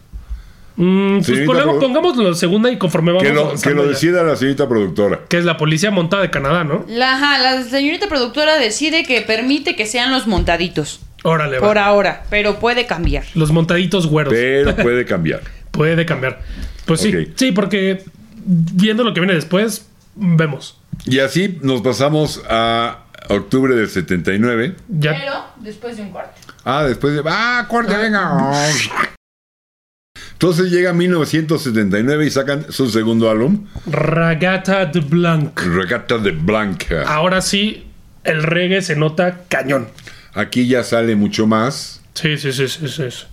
[SPEAKER 2] Mm, pues
[SPEAKER 1] Señorita,
[SPEAKER 2] pongamos,
[SPEAKER 1] por-
[SPEAKER 2] pongamos la segunda y conforme vamos
[SPEAKER 1] Que lo, que
[SPEAKER 2] avanzando
[SPEAKER 1] lo
[SPEAKER 2] ya.
[SPEAKER 1] decida la señorita productora.
[SPEAKER 2] Que es la policía montada de Canadá, ¿no?
[SPEAKER 3] La, ajá, la señorita productora decide que permite que sean los montaditos.
[SPEAKER 2] Órale, va.
[SPEAKER 3] Por ahora, pero puede cambiar.
[SPEAKER 2] Los montaditos güeros.
[SPEAKER 1] Pero puede cambiar.
[SPEAKER 2] Puede cambiar. Pues sí,
[SPEAKER 1] Ok.
[SPEAKER 2] sí, porque viendo lo que viene después, vemos.
[SPEAKER 1] Y así nos pasamos a octubre del 79.
[SPEAKER 2] Ya.
[SPEAKER 3] Pero después de un corte.
[SPEAKER 1] Ah, después de. ¡Ah, corte, venga! Entonces llega 1979 y sacan su segundo álbum,
[SPEAKER 2] Ragata de Blanc.
[SPEAKER 1] Regata de Blanca.
[SPEAKER 2] Ahora sí, el reggae se nota cañón.
[SPEAKER 1] Aquí ya sale mucho más.
[SPEAKER 2] Sí, sí, sí, sí, sí. sí.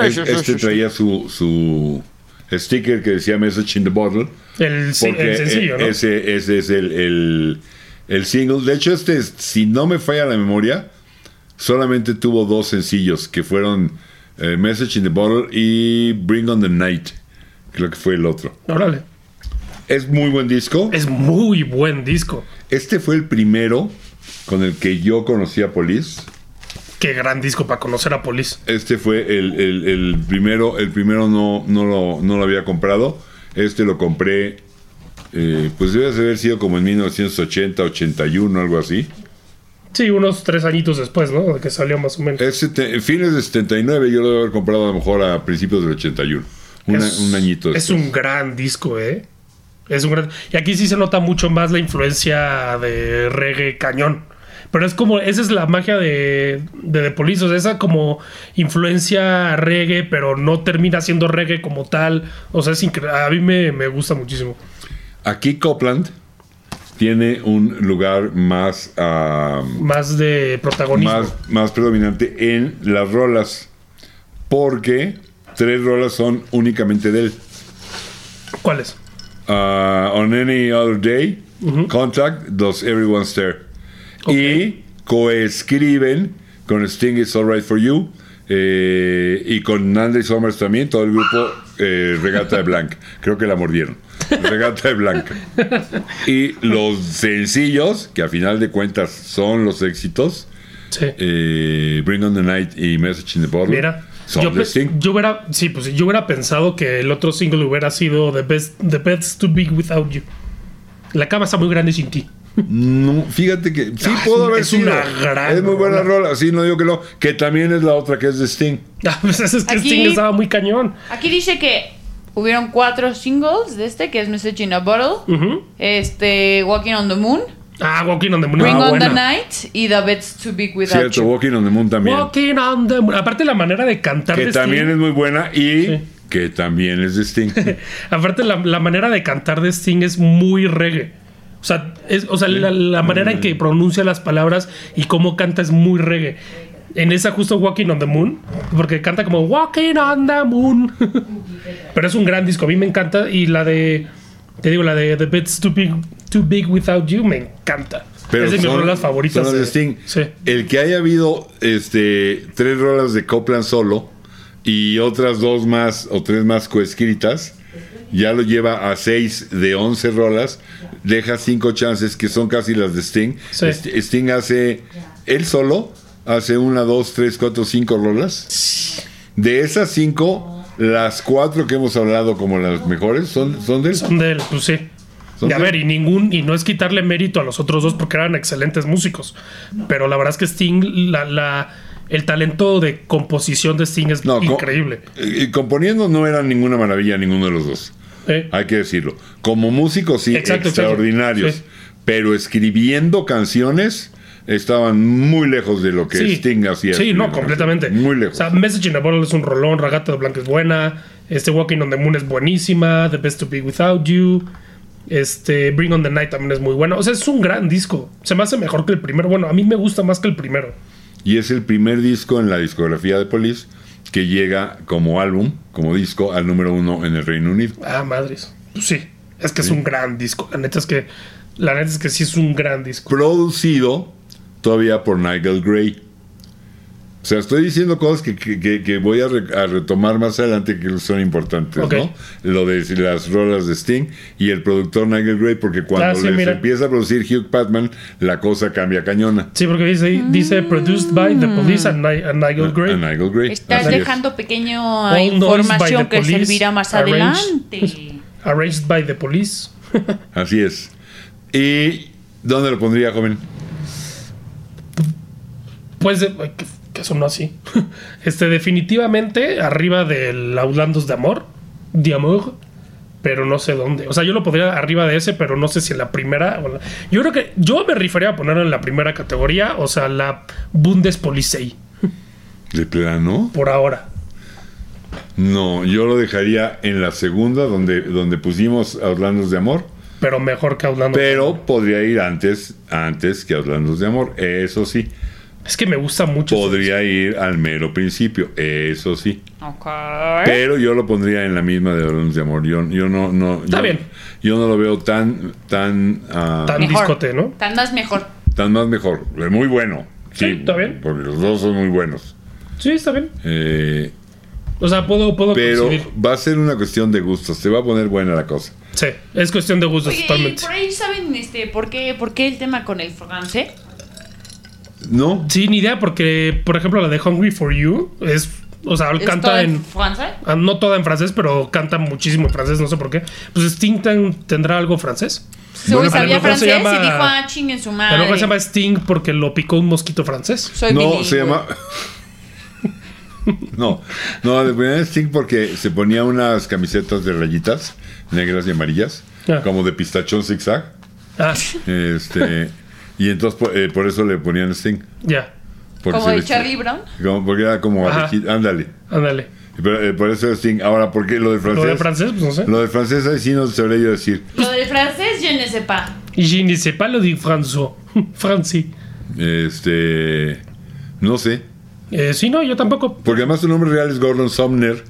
[SPEAKER 1] Es- este traía su, su sticker que decía Message in the Bottle.
[SPEAKER 2] El, si- el
[SPEAKER 1] Porque
[SPEAKER 2] sencillo,
[SPEAKER 1] e-
[SPEAKER 2] ¿no?
[SPEAKER 1] ese, ese es el, el- el single. De hecho, este, es- si no me falla la memoria, solamente tuvo dos sencillos, que fueron eh, Message in the Bottle y Bring on the Night. Creo que fue el otro.
[SPEAKER 2] Órale.
[SPEAKER 1] Es muy buen disco.
[SPEAKER 2] Es muy buen disco.
[SPEAKER 1] Este fue el primero con el que yo conocí a Police.
[SPEAKER 2] Qué gran disco para conocer a Police.
[SPEAKER 1] Este fue el, el- el primero. El primero no, no, lo, no lo había comprado. Este lo compré. eh, pues debe de haber sido como en 1980, 81, algo así.
[SPEAKER 2] Sí, unos tres añitos después, ¿no? De que salió más o menos.
[SPEAKER 1] Es sete- fines de 79, yo lo debo haber comprado a lo mejor a principios del 81. Una-
[SPEAKER 2] Es-
[SPEAKER 1] un añito
[SPEAKER 2] Es
[SPEAKER 1] después.
[SPEAKER 2] un gran disco, ¿eh? Es un gran... Y aquí sí se nota mucho más la influencia de reggae cañón. Pero es como, esa es la magia de, de The Police, o sea, esa como influencia reggae, pero no termina siendo reggae como tal. O sea, es incre- a mí me, me gusta muchísimo.
[SPEAKER 1] Aquí Copland tiene un lugar más, ah,
[SPEAKER 2] Más de protagonismo.
[SPEAKER 1] más, más predominante en las rolas. Porque tres rolas son únicamente de él.
[SPEAKER 2] ¿Cuál es?
[SPEAKER 1] Ah, on Any Other Day, Contact, Does Everyone Stare. Y coescriben con Sting Is Alright For You eh, y con Nandy Summers también, todo el grupo eh, Regata de Blanc. Creo que la mordieron. Regata de Blanc. Y los sencillos, que a final de cuentas son los éxitos,
[SPEAKER 2] Sí.
[SPEAKER 1] eh, Bring On The Night y Message In The Bottle,
[SPEAKER 2] Mira,
[SPEAKER 1] son
[SPEAKER 2] yo, pues
[SPEAKER 1] de
[SPEAKER 2] pe-
[SPEAKER 1] Sting.
[SPEAKER 2] yo hubiera, sí, pues yo hubiera pensado que el otro single hubiera sido The Best, the best to Be Without You. La cama está muy grande sin ti.
[SPEAKER 1] No, fíjate que sí
[SPEAKER 2] Ah,
[SPEAKER 1] pudo haber
[SPEAKER 2] es
[SPEAKER 1] sido.
[SPEAKER 2] una gran
[SPEAKER 1] es muy buena
[SPEAKER 2] rola.
[SPEAKER 1] rola, sí, no digo que no. Que también es la otra que es de Sting.
[SPEAKER 2] Ah, pues es que
[SPEAKER 3] Aquí-
[SPEAKER 2] Sting estaba muy cañón.
[SPEAKER 3] Aquí dice que hubieron cuatro singles de este, que es Message in a Bottle,
[SPEAKER 2] Ujú.
[SPEAKER 3] este, Walking on the Moon,
[SPEAKER 2] Ah, Walking on the Moon.
[SPEAKER 3] Bring
[SPEAKER 2] Ah,
[SPEAKER 3] on
[SPEAKER 2] buena.
[SPEAKER 3] the Night y The Bed's Too Big Without
[SPEAKER 1] Cierto,
[SPEAKER 3] You.
[SPEAKER 1] Walking on the Moon también.
[SPEAKER 2] Walking on the Moon. Aparte la manera de cantar
[SPEAKER 1] Que
[SPEAKER 2] de
[SPEAKER 1] también es
[SPEAKER 2] Sting.
[SPEAKER 1] muy buena y
[SPEAKER 2] Sí.
[SPEAKER 1] que también es de Sting.
[SPEAKER 2] Aparte la, la manera de cantar de Sting es muy reggae. O sea, es, o sea la, la manera en
[SPEAKER 1] Mm.
[SPEAKER 2] que pronuncia las palabras y cómo canta es muy reggae. En esa justo Walking on the Moon, porque canta como Walking on the Moon. Pero es un gran disco, a mí me encanta. Y la de, te digo, la de The Bit's Too Big, Too Big Without You, me encanta.
[SPEAKER 1] Pero
[SPEAKER 2] es de mis
[SPEAKER 1] son-
[SPEAKER 2] rolas favoritas.
[SPEAKER 1] son las de
[SPEAKER 2] eh,
[SPEAKER 1] Sting.
[SPEAKER 2] Sí.
[SPEAKER 1] El que haya habido este, tres rolas de Copland solo y otras dos más o tres más coescritas, ya lo lleva a seis de once rolas, deja cinco chances que son casi las de Sting.
[SPEAKER 2] Sí.
[SPEAKER 1] Est- Sting hace, él solo, hace una, dos, tres, cuatro, cinco rolas. De esas cinco, las cuatro que hemos hablado como las mejores son, son de él.
[SPEAKER 2] Son de él, pues sí.
[SPEAKER 1] Son
[SPEAKER 2] y a
[SPEAKER 1] de
[SPEAKER 2] ver,
[SPEAKER 1] él.
[SPEAKER 2] y ningún, y no es quitarle mérito a los otros dos porque eran excelentes músicos. Pero la verdad es que Sting, la, la- el talento de composición de Sting es
[SPEAKER 1] No, co-
[SPEAKER 2] increíble.
[SPEAKER 1] Y Eh, componiendo no era ninguna maravilla ninguno de los dos.
[SPEAKER 2] Eh,
[SPEAKER 1] Hay que decirlo. Como músicos, sí,
[SPEAKER 2] Exacto, exacto.
[SPEAKER 1] extraordinarios.
[SPEAKER 2] Sí.
[SPEAKER 1] Pero escribiendo canciones estaban muy lejos de lo que Sting hacía.
[SPEAKER 2] Sí,
[SPEAKER 1] escribiendo
[SPEAKER 2] no, completamente.
[SPEAKER 1] canciones. Muy lejos.
[SPEAKER 2] O sea, Message in a Bottle es un rolón, Ragata de Blanca es buena, este Walking on the Moon es buenísima, The Best to Be Without You, este Bring on the Night también es muy bueno. O sea, es un gran disco. Se me hace mejor que el primero. Bueno, a mí me gusta más que el primero.
[SPEAKER 1] y es el primer disco en la discografía de Police que llega como álbum, como disco, al número uno en el Reino Unido.
[SPEAKER 2] Ah, madres. Pues sí, es que es un gran disco. La neta es que la neta es que sí es un gran disco.
[SPEAKER 1] Producido todavía por Nigel Gray. O sea, estoy diciendo cosas que, que- que- que voy a, re- a retomar más adelante que son importantes,
[SPEAKER 2] Ok.
[SPEAKER 1] ¿no? Lo de las rolas de Sting y el productor Nigel Gray, porque cuando
[SPEAKER 2] Ah, sí,
[SPEAKER 1] les
[SPEAKER 2] mira.
[SPEAKER 1] empieza a producir Hugh Patman, la cosa cambia cañona.
[SPEAKER 2] Sí, porque dice, dice produced by The Police and, Ni- and Nigel Gray.
[SPEAKER 1] A Ah, Nigel Gray.
[SPEAKER 3] Estás
[SPEAKER 1] así es.
[SPEAKER 3] dejando pequeño
[SPEAKER 2] All noise by
[SPEAKER 3] información
[SPEAKER 2] the
[SPEAKER 3] que
[SPEAKER 2] police,
[SPEAKER 3] servirá más
[SPEAKER 2] arranged.
[SPEAKER 3] adelante.
[SPEAKER 2] Arranged by The Police.
[SPEAKER 1] Así es. ¿Y dónde lo pondría, joven?
[SPEAKER 2] Pues de- ay, que, que sonó así. Este definitivamente arriba del Aulandos de amor, de amor pero no sé dónde. O sea, yo lo podría arriba de ese, pero no sé si en la primera. o en la- Yo creo que yo me refería a ponerlo en la primera categoría, o sea, la Bundespolizei,
[SPEAKER 1] ¿De plano?
[SPEAKER 2] por ahora.
[SPEAKER 1] No, yo lo dejaría en la segunda, donde, donde pusimos Hablandos de Amor.
[SPEAKER 2] Pero mejor que hablando.
[SPEAKER 1] Pero podría ir antes, antes que Hablandos de Amor, eso sí.
[SPEAKER 2] es que me gusta mucho.
[SPEAKER 1] Podría ir al mero principio, eso sí.
[SPEAKER 3] Ok.
[SPEAKER 1] Pero yo lo pondría en la misma de Hablandos de Amor. Yo, yo no, no.
[SPEAKER 2] Está
[SPEAKER 1] yo-
[SPEAKER 2] bien.
[SPEAKER 1] Yo no lo veo tan, tan, ah,
[SPEAKER 2] Tan-
[SPEAKER 1] tan,
[SPEAKER 2] discote, ¿no?
[SPEAKER 3] Tan más mejor.
[SPEAKER 1] más mejor. Es muy bueno.
[SPEAKER 2] Sí, está bien.
[SPEAKER 1] Porque los dos son muy buenos.
[SPEAKER 2] Sí, está bien.
[SPEAKER 1] Eh,
[SPEAKER 2] O sea, puedo, puedo
[SPEAKER 1] pero
[SPEAKER 2] coincidir.
[SPEAKER 1] va a ser una cuestión de gustos. Se va a poner buena la cosa.
[SPEAKER 2] Sí, es cuestión de gustos
[SPEAKER 3] Oye, y
[SPEAKER 2] totalmente.
[SPEAKER 3] por ahí saben este, ¿por, qué, por qué el tema con el francés.
[SPEAKER 1] ¿No?
[SPEAKER 2] Sí, ni idea, porque, por ejemplo, la de Hungry for You es. O sea,
[SPEAKER 3] ¿Es todo
[SPEAKER 2] canta en.
[SPEAKER 3] francés?
[SPEAKER 2] ah, No toda en francés, pero canta muchísimo en francés, no sé por qué. Pues Sting tan- tendrá algo francés.
[SPEAKER 3] Seguro
[SPEAKER 1] Bueno, pero
[SPEAKER 3] sabía
[SPEAKER 1] a lo mejor
[SPEAKER 2] se
[SPEAKER 3] francés y
[SPEAKER 2] llama-
[SPEAKER 3] dijo, ah, chinguen su
[SPEAKER 2] A lo mejor
[SPEAKER 3] madre.
[SPEAKER 2] se llama Sting porque lo picó un mosquito francés.
[SPEAKER 3] Soy
[SPEAKER 1] no,
[SPEAKER 3] bilingüe.
[SPEAKER 1] se llama. No, no, le ponían Sting porque se ponía unas camisetas de rayitas negras y amarillas,
[SPEAKER 2] Ah.
[SPEAKER 1] como de pistachón zigzag.
[SPEAKER 2] Ah,
[SPEAKER 1] Este, y entonces por, eh, por eso le ponían Sting.
[SPEAKER 2] ya.
[SPEAKER 1] porque
[SPEAKER 3] ¿Como
[SPEAKER 1] se
[SPEAKER 3] de
[SPEAKER 1] vestía-
[SPEAKER 3] Charlie Brown?
[SPEAKER 1] como- porque era como
[SPEAKER 2] Ajá.
[SPEAKER 1] abejita- ándale.
[SPEAKER 2] Ándale.
[SPEAKER 1] Pero, eh, por eso es Sting. Ahora, ¿por qué lo del
[SPEAKER 2] Lo
[SPEAKER 1] francés?
[SPEAKER 2] de francés, pues no sé.
[SPEAKER 1] Lo del francés ahí sí no sabría yo decir.
[SPEAKER 3] Lo del francés, je ne sais pas.
[SPEAKER 2] Je ne sais pas lo de François. Franci.
[SPEAKER 1] Este, no sé.
[SPEAKER 2] Eh, sí, no, yo tampoco.
[SPEAKER 1] Porque además su nombre real es Gordon Sumner.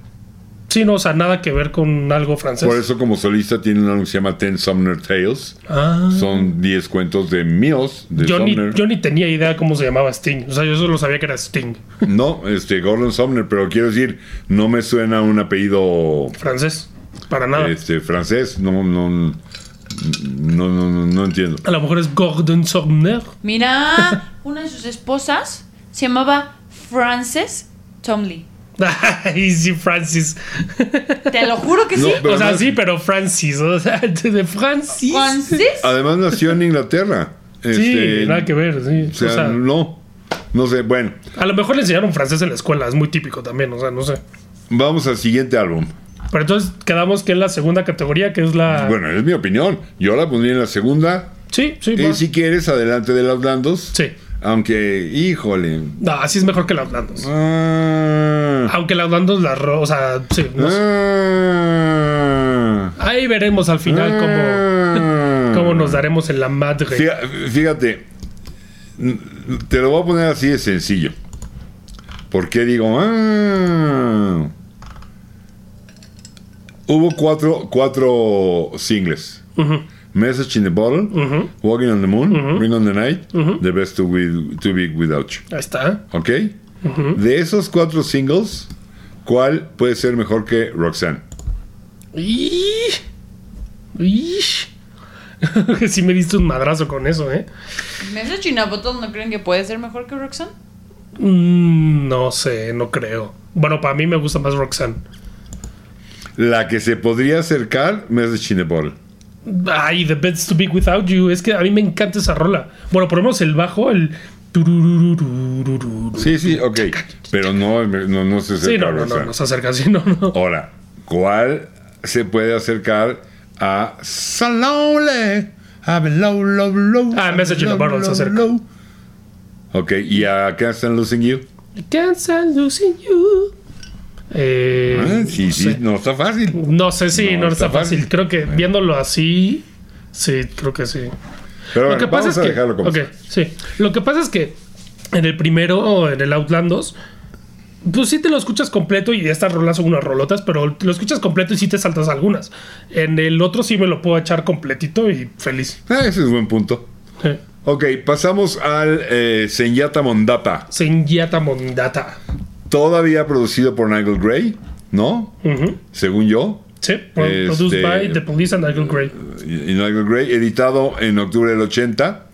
[SPEAKER 2] Sí, no, o sea, nada que ver con algo francés.
[SPEAKER 1] Por eso como solista tiene un álbum que se llama Ten Sumner Tales.
[SPEAKER 2] Ah.
[SPEAKER 1] Son 10 cuentos de míos de
[SPEAKER 2] Yo ni,
[SPEAKER 1] Sumner.
[SPEAKER 2] yo ni tenía idea cómo se llamaba Sting. O sea, yo solo sabía que era Sting.
[SPEAKER 1] No, este, Gordon Sumner, pero quiero decir, no me suena un apellido
[SPEAKER 2] Francés. Para nada.
[SPEAKER 1] este, francés. No, no, no, no, no, no entiendo.
[SPEAKER 2] A lo mejor es Gordon Sumner.
[SPEAKER 3] Mira, una de sus esposas se llamaba Frances Tomley.
[SPEAKER 2] Ay, sí, Francis.
[SPEAKER 3] Te lo juro que
[SPEAKER 1] No,
[SPEAKER 3] sí.
[SPEAKER 1] Pero
[SPEAKER 2] o sea,
[SPEAKER 1] además-
[SPEAKER 2] sí, pero Francis. O sea, de Francis.
[SPEAKER 3] Frances.
[SPEAKER 1] Además nació en Inglaterra.
[SPEAKER 2] Sí,
[SPEAKER 1] Este,
[SPEAKER 2] nada que ver, sí.
[SPEAKER 1] O sea,
[SPEAKER 2] o sea,
[SPEAKER 1] no. No sé, bueno,
[SPEAKER 2] a lo mejor le enseñaron francés en la escuela, es muy típico también, o sea, no sé.
[SPEAKER 1] vamos al siguiente álbum.
[SPEAKER 2] Pero entonces quedamos que es la segunda categoría, que es la...
[SPEAKER 1] Bueno, es mi opinión. Yo la pondría en la segunda.
[SPEAKER 2] sí, sí,
[SPEAKER 1] Y
[SPEAKER 2] va.
[SPEAKER 1] si quieres, adelante de los blandos.
[SPEAKER 2] Sí.
[SPEAKER 1] Aunque, híjole.
[SPEAKER 2] No, así es mejor que la Blandos.
[SPEAKER 1] Ah.
[SPEAKER 2] Aunque la Blandos la... ro- O sea, sí. no sé.
[SPEAKER 1] Ah.
[SPEAKER 2] Ahí veremos al final cómo,
[SPEAKER 1] Ah.
[SPEAKER 2] cómo nos daremos en la madre.
[SPEAKER 1] Fía- Fíjate, n- te lo voy a poner así de sencillo. ¿Por qué digo? ah? Hubo cuatro, cuatro singles.
[SPEAKER 2] Ujú,
[SPEAKER 1] Message in the Bottle,
[SPEAKER 2] ujú.
[SPEAKER 1] Walking on the Moon, Ring on the Night,
[SPEAKER 2] Ujú.
[SPEAKER 1] The Best to, Be- to Be Without You.
[SPEAKER 2] Ahí está.
[SPEAKER 1] ¿Ok? De esos cuatro singles, ¿cuál puede ser mejor que Roxanne?
[SPEAKER 2] Y... y- sí me diste un madrazo con eso, ¿eh?
[SPEAKER 3] ¿Mesa Chinabotón no creen que puede ser mejor que Roxanne?
[SPEAKER 2] Mm, no sé, no creo. Bueno, para mí me gusta más Roxanne.
[SPEAKER 1] La que se podría acercar, Message in the Bottle.
[SPEAKER 2] Ay, The Best to Be Without You. Es que a mí me encanta esa rola. Bueno, por lo menos el bajo, el. turururururururu.
[SPEAKER 1] Sí, sí, ok. Pero no, no, no se acerca
[SPEAKER 2] Sí, no,
[SPEAKER 1] a
[SPEAKER 2] no, no,
[SPEAKER 1] Roxanne.
[SPEAKER 2] no se acerca así, no, no.
[SPEAKER 1] Ahora, ¿cuál se puede acercar a So Lonely? I've been low, low, low.
[SPEAKER 2] Ah, Message in a Bottle se acerca.
[SPEAKER 1] Ok, ¿y a Can't Stand Losing You?
[SPEAKER 2] I can't stand losing you. Eh,
[SPEAKER 1] Ah, sí, sí,
[SPEAKER 2] no, Sé.
[SPEAKER 1] no está fácil.
[SPEAKER 2] No sé si no,
[SPEAKER 1] No,
[SPEAKER 2] está,
[SPEAKER 1] está
[SPEAKER 2] fácil.
[SPEAKER 1] fácil. Eh.
[SPEAKER 2] Creo que viéndolo así. Sí, creo que sí.
[SPEAKER 1] Pero
[SPEAKER 2] Lo
[SPEAKER 1] bueno,
[SPEAKER 2] que pasa
[SPEAKER 1] vamos
[SPEAKER 2] es
[SPEAKER 1] a
[SPEAKER 2] que.
[SPEAKER 1] dejarlo como
[SPEAKER 2] ok,
[SPEAKER 1] está.
[SPEAKER 2] sí. Lo que pasa es que en el primero, o en el Outlandos, pues sí te lo escuchas completo y estas rolas son unas rolotas, pero te lo escuchas completo y sí te saltas algunas. En el otro sí me lo puedo echar completito y feliz.
[SPEAKER 1] Ah, ese es buen punto.
[SPEAKER 2] Eh,
[SPEAKER 1] Ok, pasamos al eh, Senyata Mondata.
[SPEAKER 2] Senyata Mondata.
[SPEAKER 1] Todavía producido por Nigel Gray, ¿no?
[SPEAKER 2] Ujú.
[SPEAKER 1] Según yo.
[SPEAKER 2] Sí, pro-
[SPEAKER 1] Este-
[SPEAKER 2] produced by The Police and Nigel Gray.
[SPEAKER 1] y y Nigel Gray, editado en octubre del 80.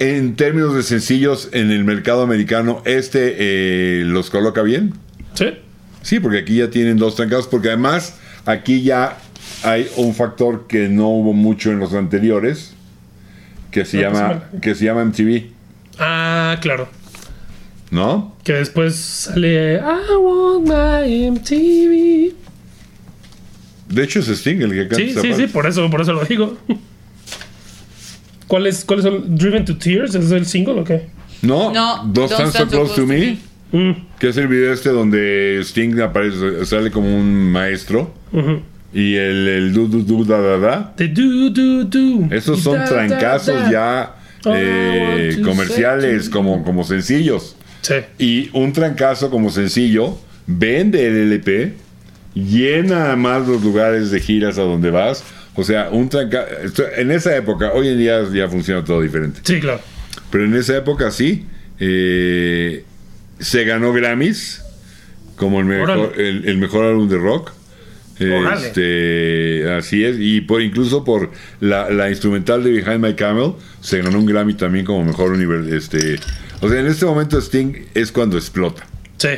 [SPEAKER 1] En términos de sencillos, en el mercado americano, este eh, los coloca bien.
[SPEAKER 2] Sí,
[SPEAKER 1] Sí, porque aquí ya tienen dos trancados, porque además aquí ya hay un factor que no hubo mucho en los anteriores, que se,
[SPEAKER 2] No, pues,
[SPEAKER 1] llama,
[SPEAKER 2] bueno.
[SPEAKER 1] que se llama MTV,
[SPEAKER 2] Ah, claro.
[SPEAKER 1] ¿no?
[SPEAKER 2] Que después sale I want my MTV.
[SPEAKER 1] De hecho, es Sting el que canta.
[SPEAKER 2] Sí,
[SPEAKER 1] esa
[SPEAKER 2] sí,
[SPEAKER 1] parte.
[SPEAKER 2] sí, por eso, por eso lo digo. ¿Cuál es, cuál es el Driven to Tears? ¿Es el single o qué?
[SPEAKER 1] No,
[SPEAKER 3] No,
[SPEAKER 1] Don't Stand So Close to Me,
[SPEAKER 2] Mm,
[SPEAKER 1] que es el video este donde Sting aparece, sale como un maestro
[SPEAKER 2] ujú.
[SPEAKER 1] y el, el du du du da da da.
[SPEAKER 2] The do, do, do.
[SPEAKER 1] Esos
[SPEAKER 2] Da,
[SPEAKER 1] son
[SPEAKER 2] da,
[SPEAKER 1] trancazos
[SPEAKER 2] da.
[SPEAKER 1] ya
[SPEAKER 2] Oh, I
[SPEAKER 1] eh,
[SPEAKER 2] want to
[SPEAKER 1] comerciales,
[SPEAKER 2] say to-
[SPEAKER 1] como, como sencillos.
[SPEAKER 2] Sí.
[SPEAKER 1] Y un trancazo como sencillo vende el LP, llena más los lugares de giras a donde vas. O sea, un tranca esto- en esa época, hoy en día ya funciona todo diferente.
[SPEAKER 2] Sí, claro.
[SPEAKER 1] Pero en esa época sí, eh, se ganó Grammys como el mejor,
[SPEAKER 2] Órale.
[SPEAKER 1] el, el mejor álbum de rock.
[SPEAKER 2] Órale.
[SPEAKER 1] Este, así es, y por, incluso por la, la instrumental de Behind My Camel se ganó un Grammy también como mejor univer- este O sea, en este momento Sting es cuando explota.
[SPEAKER 2] Sí.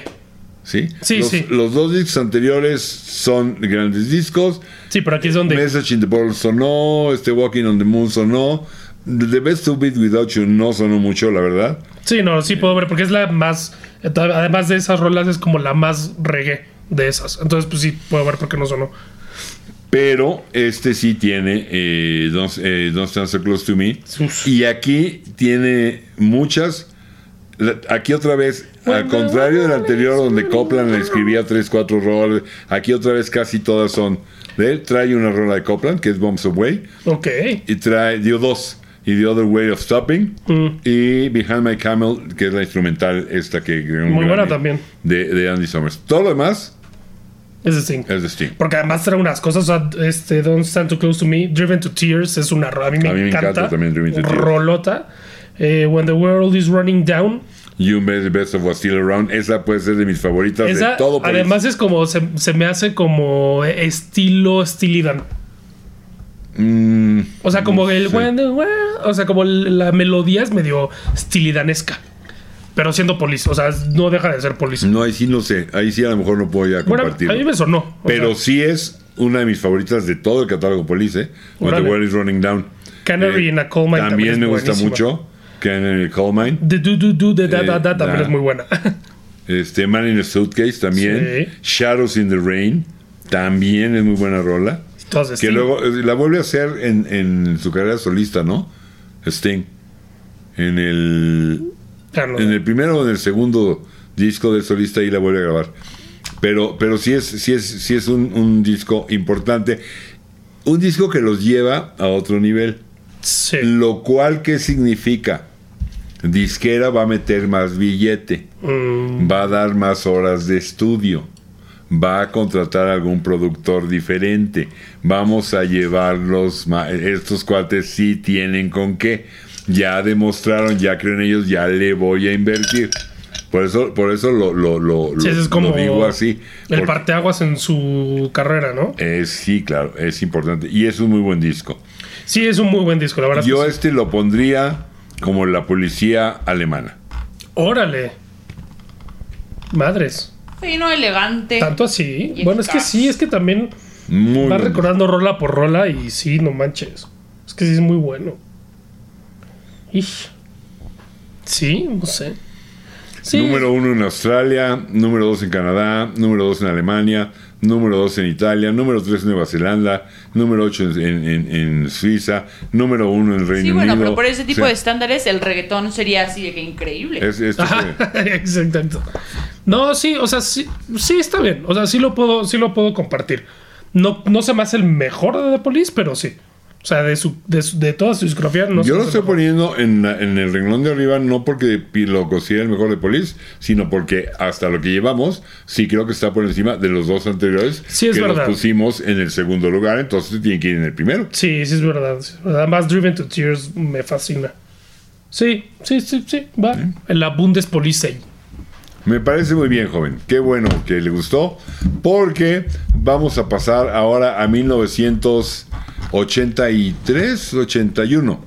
[SPEAKER 1] ¿Sí?
[SPEAKER 2] Sí,
[SPEAKER 1] los,
[SPEAKER 2] sí.
[SPEAKER 1] los dos discos anteriores son grandes discos.
[SPEAKER 2] Sí, pero aquí es donde.
[SPEAKER 1] Message in the Bottle sonó, este Walking on the Moon sonó. The Best of It Without You no sonó mucho, la verdad.
[SPEAKER 2] Sí, no, sí puedo ver, porque es la más. Además de esas rolas, es como la más reggae de esas. Entonces, pues sí puedo ver por qué no sonó.
[SPEAKER 1] Pero este sí tiene eh, Don't, eh, Don't Stand So Close to Me.
[SPEAKER 2] Uf.
[SPEAKER 1] Y aquí tiene muchas. La- Aquí otra vez, al contrario del anterior donde Copland le escribía 3, 4 rolas, aquí otra vez casi todas son. De él trae una rola de Copland, que es Bombs Away,
[SPEAKER 2] Ok.
[SPEAKER 1] y trae, dio dos, y The Other Way of Stopping,
[SPEAKER 2] Mm.
[SPEAKER 1] y Behind My Camel, que es la instrumental esta que...
[SPEAKER 2] Muy buena también.
[SPEAKER 1] De, de Andy Summers. Todo lo demás
[SPEAKER 2] Ese sí.
[SPEAKER 1] es de Sting.
[SPEAKER 2] Porque además trae unas cosas, o sea, este, Don't Stand Too Close to Me, Driven to Tears, es una rola, a mí me,
[SPEAKER 1] A mí me
[SPEAKER 2] encanta,
[SPEAKER 1] encanta también Driven to Tears.
[SPEAKER 2] rolota. Eh, When the World is Running Down,
[SPEAKER 1] You Made the Best of What's Still Around. Esa puede ser de mis favoritas
[SPEAKER 2] esa
[SPEAKER 1] de todo país.
[SPEAKER 2] además es como, se, se me hace como estilo Steely Dan.
[SPEAKER 1] Mm,
[SPEAKER 2] O sea, como el,
[SPEAKER 1] sé.
[SPEAKER 2] When the World- o sea, como el- la melodía es medio Steely Danesca, pero siendo polis, o sea, no deja de ser polis.
[SPEAKER 1] no, ahí sí no sé. Ahí sí a lo mejor no puedo ya
[SPEAKER 2] Bueno,
[SPEAKER 1] compartirlo.
[SPEAKER 2] a mí me sonó. o
[SPEAKER 1] Pero
[SPEAKER 2] sea,
[SPEAKER 1] sí es una de mis favoritas de todo el catálogo Police. ¿eh? When the
[SPEAKER 2] Órale.
[SPEAKER 1] World is Running Down. Eh,
[SPEAKER 2] Canary in a Coal Mine
[SPEAKER 1] También,
[SPEAKER 2] también
[SPEAKER 1] me
[SPEAKER 2] es
[SPEAKER 1] gusta
[SPEAKER 2] buenísima.
[SPEAKER 1] mucho. Canary in a Coal Mine.
[SPEAKER 2] The Do Do Do, The Da Da
[SPEAKER 1] Eh,
[SPEAKER 2] Da también
[SPEAKER 1] da.
[SPEAKER 2] es muy buena.
[SPEAKER 1] Este, Man in a Suitcase también.
[SPEAKER 2] Sí.
[SPEAKER 1] Shadows in the Rain. También es muy buena rola.
[SPEAKER 2] Entonces,
[SPEAKER 1] Que
[SPEAKER 2] sí.
[SPEAKER 1] luego eh, la vuelve a hacer en, en su carrera solista, ¿no? Sting. En el.
[SPEAKER 2] Ah, no.
[SPEAKER 1] En el primero o en el segundo disco del solista y la vuelve a grabar. Pero, pero sí es, sí es, sí es un, un disco importante. Un disco que los lleva a otro nivel.
[SPEAKER 2] Sí.
[SPEAKER 1] Lo cual, ¿qué significa? Disquera va a meter más billete,
[SPEAKER 2] Mm,
[SPEAKER 1] va a dar más horas de estudio, va a contratar a algún productor diferente. Vamos a llevarlos. ma- Estos cuates sí tienen con qué. Ya demostraron, ya creen ellos, ya le voy a invertir. Por eso, por eso lo, lo, lo,
[SPEAKER 2] sí,
[SPEAKER 1] lo-
[SPEAKER 2] ese es
[SPEAKER 1] lo
[SPEAKER 2] como
[SPEAKER 1] digo así.
[SPEAKER 2] El
[SPEAKER 1] porque-
[SPEAKER 2] parteaguas en su carrera, ¿no?
[SPEAKER 1] es, sí, claro, es importante. Y es un muy buen disco.
[SPEAKER 2] Sí, es un muy buen disco, la verdad.
[SPEAKER 1] Yo
[SPEAKER 2] que sí.
[SPEAKER 1] este lo pondría como la policía alemana.
[SPEAKER 2] Órale. Madres.
[SPEAKER 3] Sí, no, elegante.
[SPEAKER 2] Tanto así.
[SPEAKER 3] Y
[SPEAKER 2] Bueno, es que
[SPEAKER 3] eficaz.
[SPEAKER 2] sí, es que también
[SPEAKER 1] Muy
[SPEAKER 2] vas
[SPEAKER 1] buen
[SPEAKER 2] recordando rola por rola y sí, no manches. Es que sí es muy bueno. Ish. Sí, no sé. Sí.
[SPEAKER 1] Número uno en Australia, número dos en Canadá, número dos en Alemania, número dos en Italia, número tres en Nueva Zelanda, número ocho en, en- en Suiza, número uno en Reino
[SPEAKER 3] Sí, bueno,
[SPEAKER 1] Unido.
[SPEAKER 3] pero por ese tipo
[SPEAKER 1] O sea,
[SPEAKER 3] de estándares el reggaetón sería así de que increíble.
[SPEAKER 1] es- este, esto
[SPEAKER 2] Ajá,
[SPEAKER 1] fue-
[SPEAKER 2] exacto. No, sí, o sea, sí, sí está bien. O sea, sí lo puedo, sí lo puedo compartir. No, no se me hace el mejor de The Police, pero sí. O sea, de su, de, su- de toda su discografía no se
[SPEAKER 1] Yo
[SPEAKER 2] me
[SPEAKER 1] lo
[SPEAKER 2] hace
[SPEAKER 1] estoy
[SPEAKER 2] el mejor.
[SPEAKER 1] poniendo en, la- en el renglón de arriba, no porque pi- lo considere el mejor de Police, sino porque hasta lo que llevamos, sí creo que está por encima de los dos anteriores
[SPEAKER 2] Sí, es
[SPEAKER 1] que
[SPEAKER 2] verdad.
[SPEAKER 1] los pusimos en el segundo lugar, entonces tienen que ir en el primero.
[SPEAKER 2] Sí, sí es verdad. sí es verdad. Además, Driven to Tears me fascina. Sí, sí, sí, sí. Va. La Bundespolizei.
[SPEAKER 1] Me parece muy bien, joven. Qué bueno que le gustó. Porque vamos a pasar ahora a 1983, 81.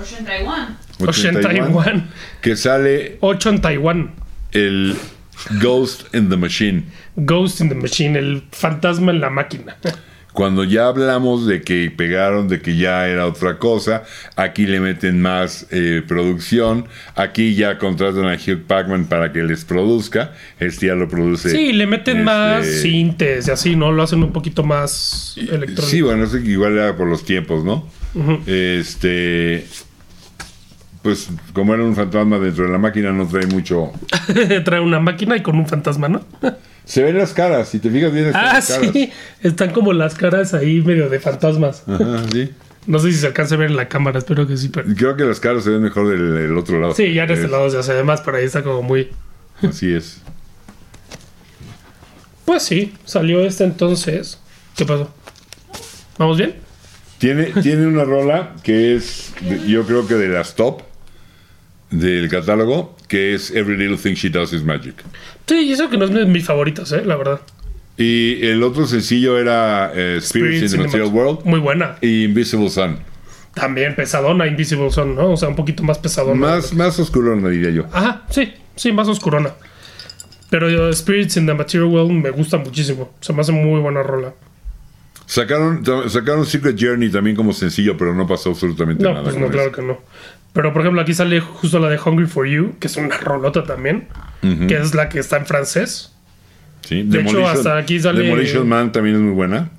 [SPEAKER 3] 81.
[SPEAKER 2] 81.
[SPEAKER 1] Que sale
[SPEAKER 2] 8 en Taiwán.
[SPEAKER 1] el Ghost in the Machine.
[SPEAKER 2] Ghost in the Machine, el fantasma en la máquina.
[SPEAKER 1] Cuando ya hablamos de que pegaron, de que ya era otra cosa, aquí le meten más eh, producción, aquí ya contratan a Hugh Packman para que les produzca, este ya lo produce.
[SPEAKER 2] Sí, le meten
[SPEAKER 1] este,
[SPEAKER 2] más sintes y así, ¿no? Lo hacen un poquito más electrónico.
[SPEAKER 1] Sí, bueno, eso igual era por los tiempos, ¿no?
[SPEAKER 2] Ujú.
[SPEAKER 1] Este. Pues como era un fantasma dentro de la máquina, no trae mucho.
[SPEAKER 2] Trae una máquina y con un fantasma, ¿no?
[SPEAKER 1] Se ven las caras, si te fijas bien, están
[SPEAKER 2] ah,
[SPEAKER 1] las caras.
[SPEAKER 2] sí. Están como las caras ahí medio de fantasmas.
[SPEAKER 1] Ajá, sí.
[SPEAKER 2] No sé si se alcanza a ver en la cámara, espero que sí, pero...
[SPEAKER 1] Creo que las caras se ven mejor del, del otro lado.
[SPEAKER 2] Sí, ya en este
[SPEAKER 1] Es-
[SPEAKER 2] lado se hace más, pero ahí está como muy...
[SPEAKER 1] Así es.
[SPEAKER 2] Pues sí, salió esta entonces. ¿Qué pasó? ¿Vamos bien?
[SPEAKER 1] Tiene, tiene una rola que es, de- yo creo que de las top del catálogo, que es Every Little Thing She Does Is Magic.
[SPEAKER 2] Sí, y eso que no es de mis favoritos, ¿eh? La verdad.
[SPEAKER 1] Y el otro sencillo era eh, Spirits, in the Material World
[SPEAKER 2] Muy buena.
[SPEAKER 1] y Invisible Sun.
[SPEAKER 2] También pesadona, Invisible Son, ¿no? O sea, un poquito más pesadona.
[SPEAKER 1] Más, más oscuro, me diría yo.
[SPEAKER 2] Ajá, sí, sí, más oscurona. Pero yo, Spirits in the Material World me gusta muchísimo. Se me hace muy buena rola.
[SPEAKER 1] Sacaron, ta- sacaron Secret Journey también como sencillo, pero no pasó absolutamente
[SPEAKER 2] No,
[SPEAKER 1] nada.
[SPEAKER 2] pues no,
[SPEAKER 1] con
[SPEAKER 2] claro
[SPEAKER 1] eso.
[SPEAKER 2] que no. Pero por ejemplo, aquí sale justo la de Hungry for You, que es una rolota también, que es la que está en francés.
[SPEAKER 1] Sí,
[SPEAKER 2] De hecho, hasta aquí sale-
[SPEAKER 1] Demolition Man también es muy buena.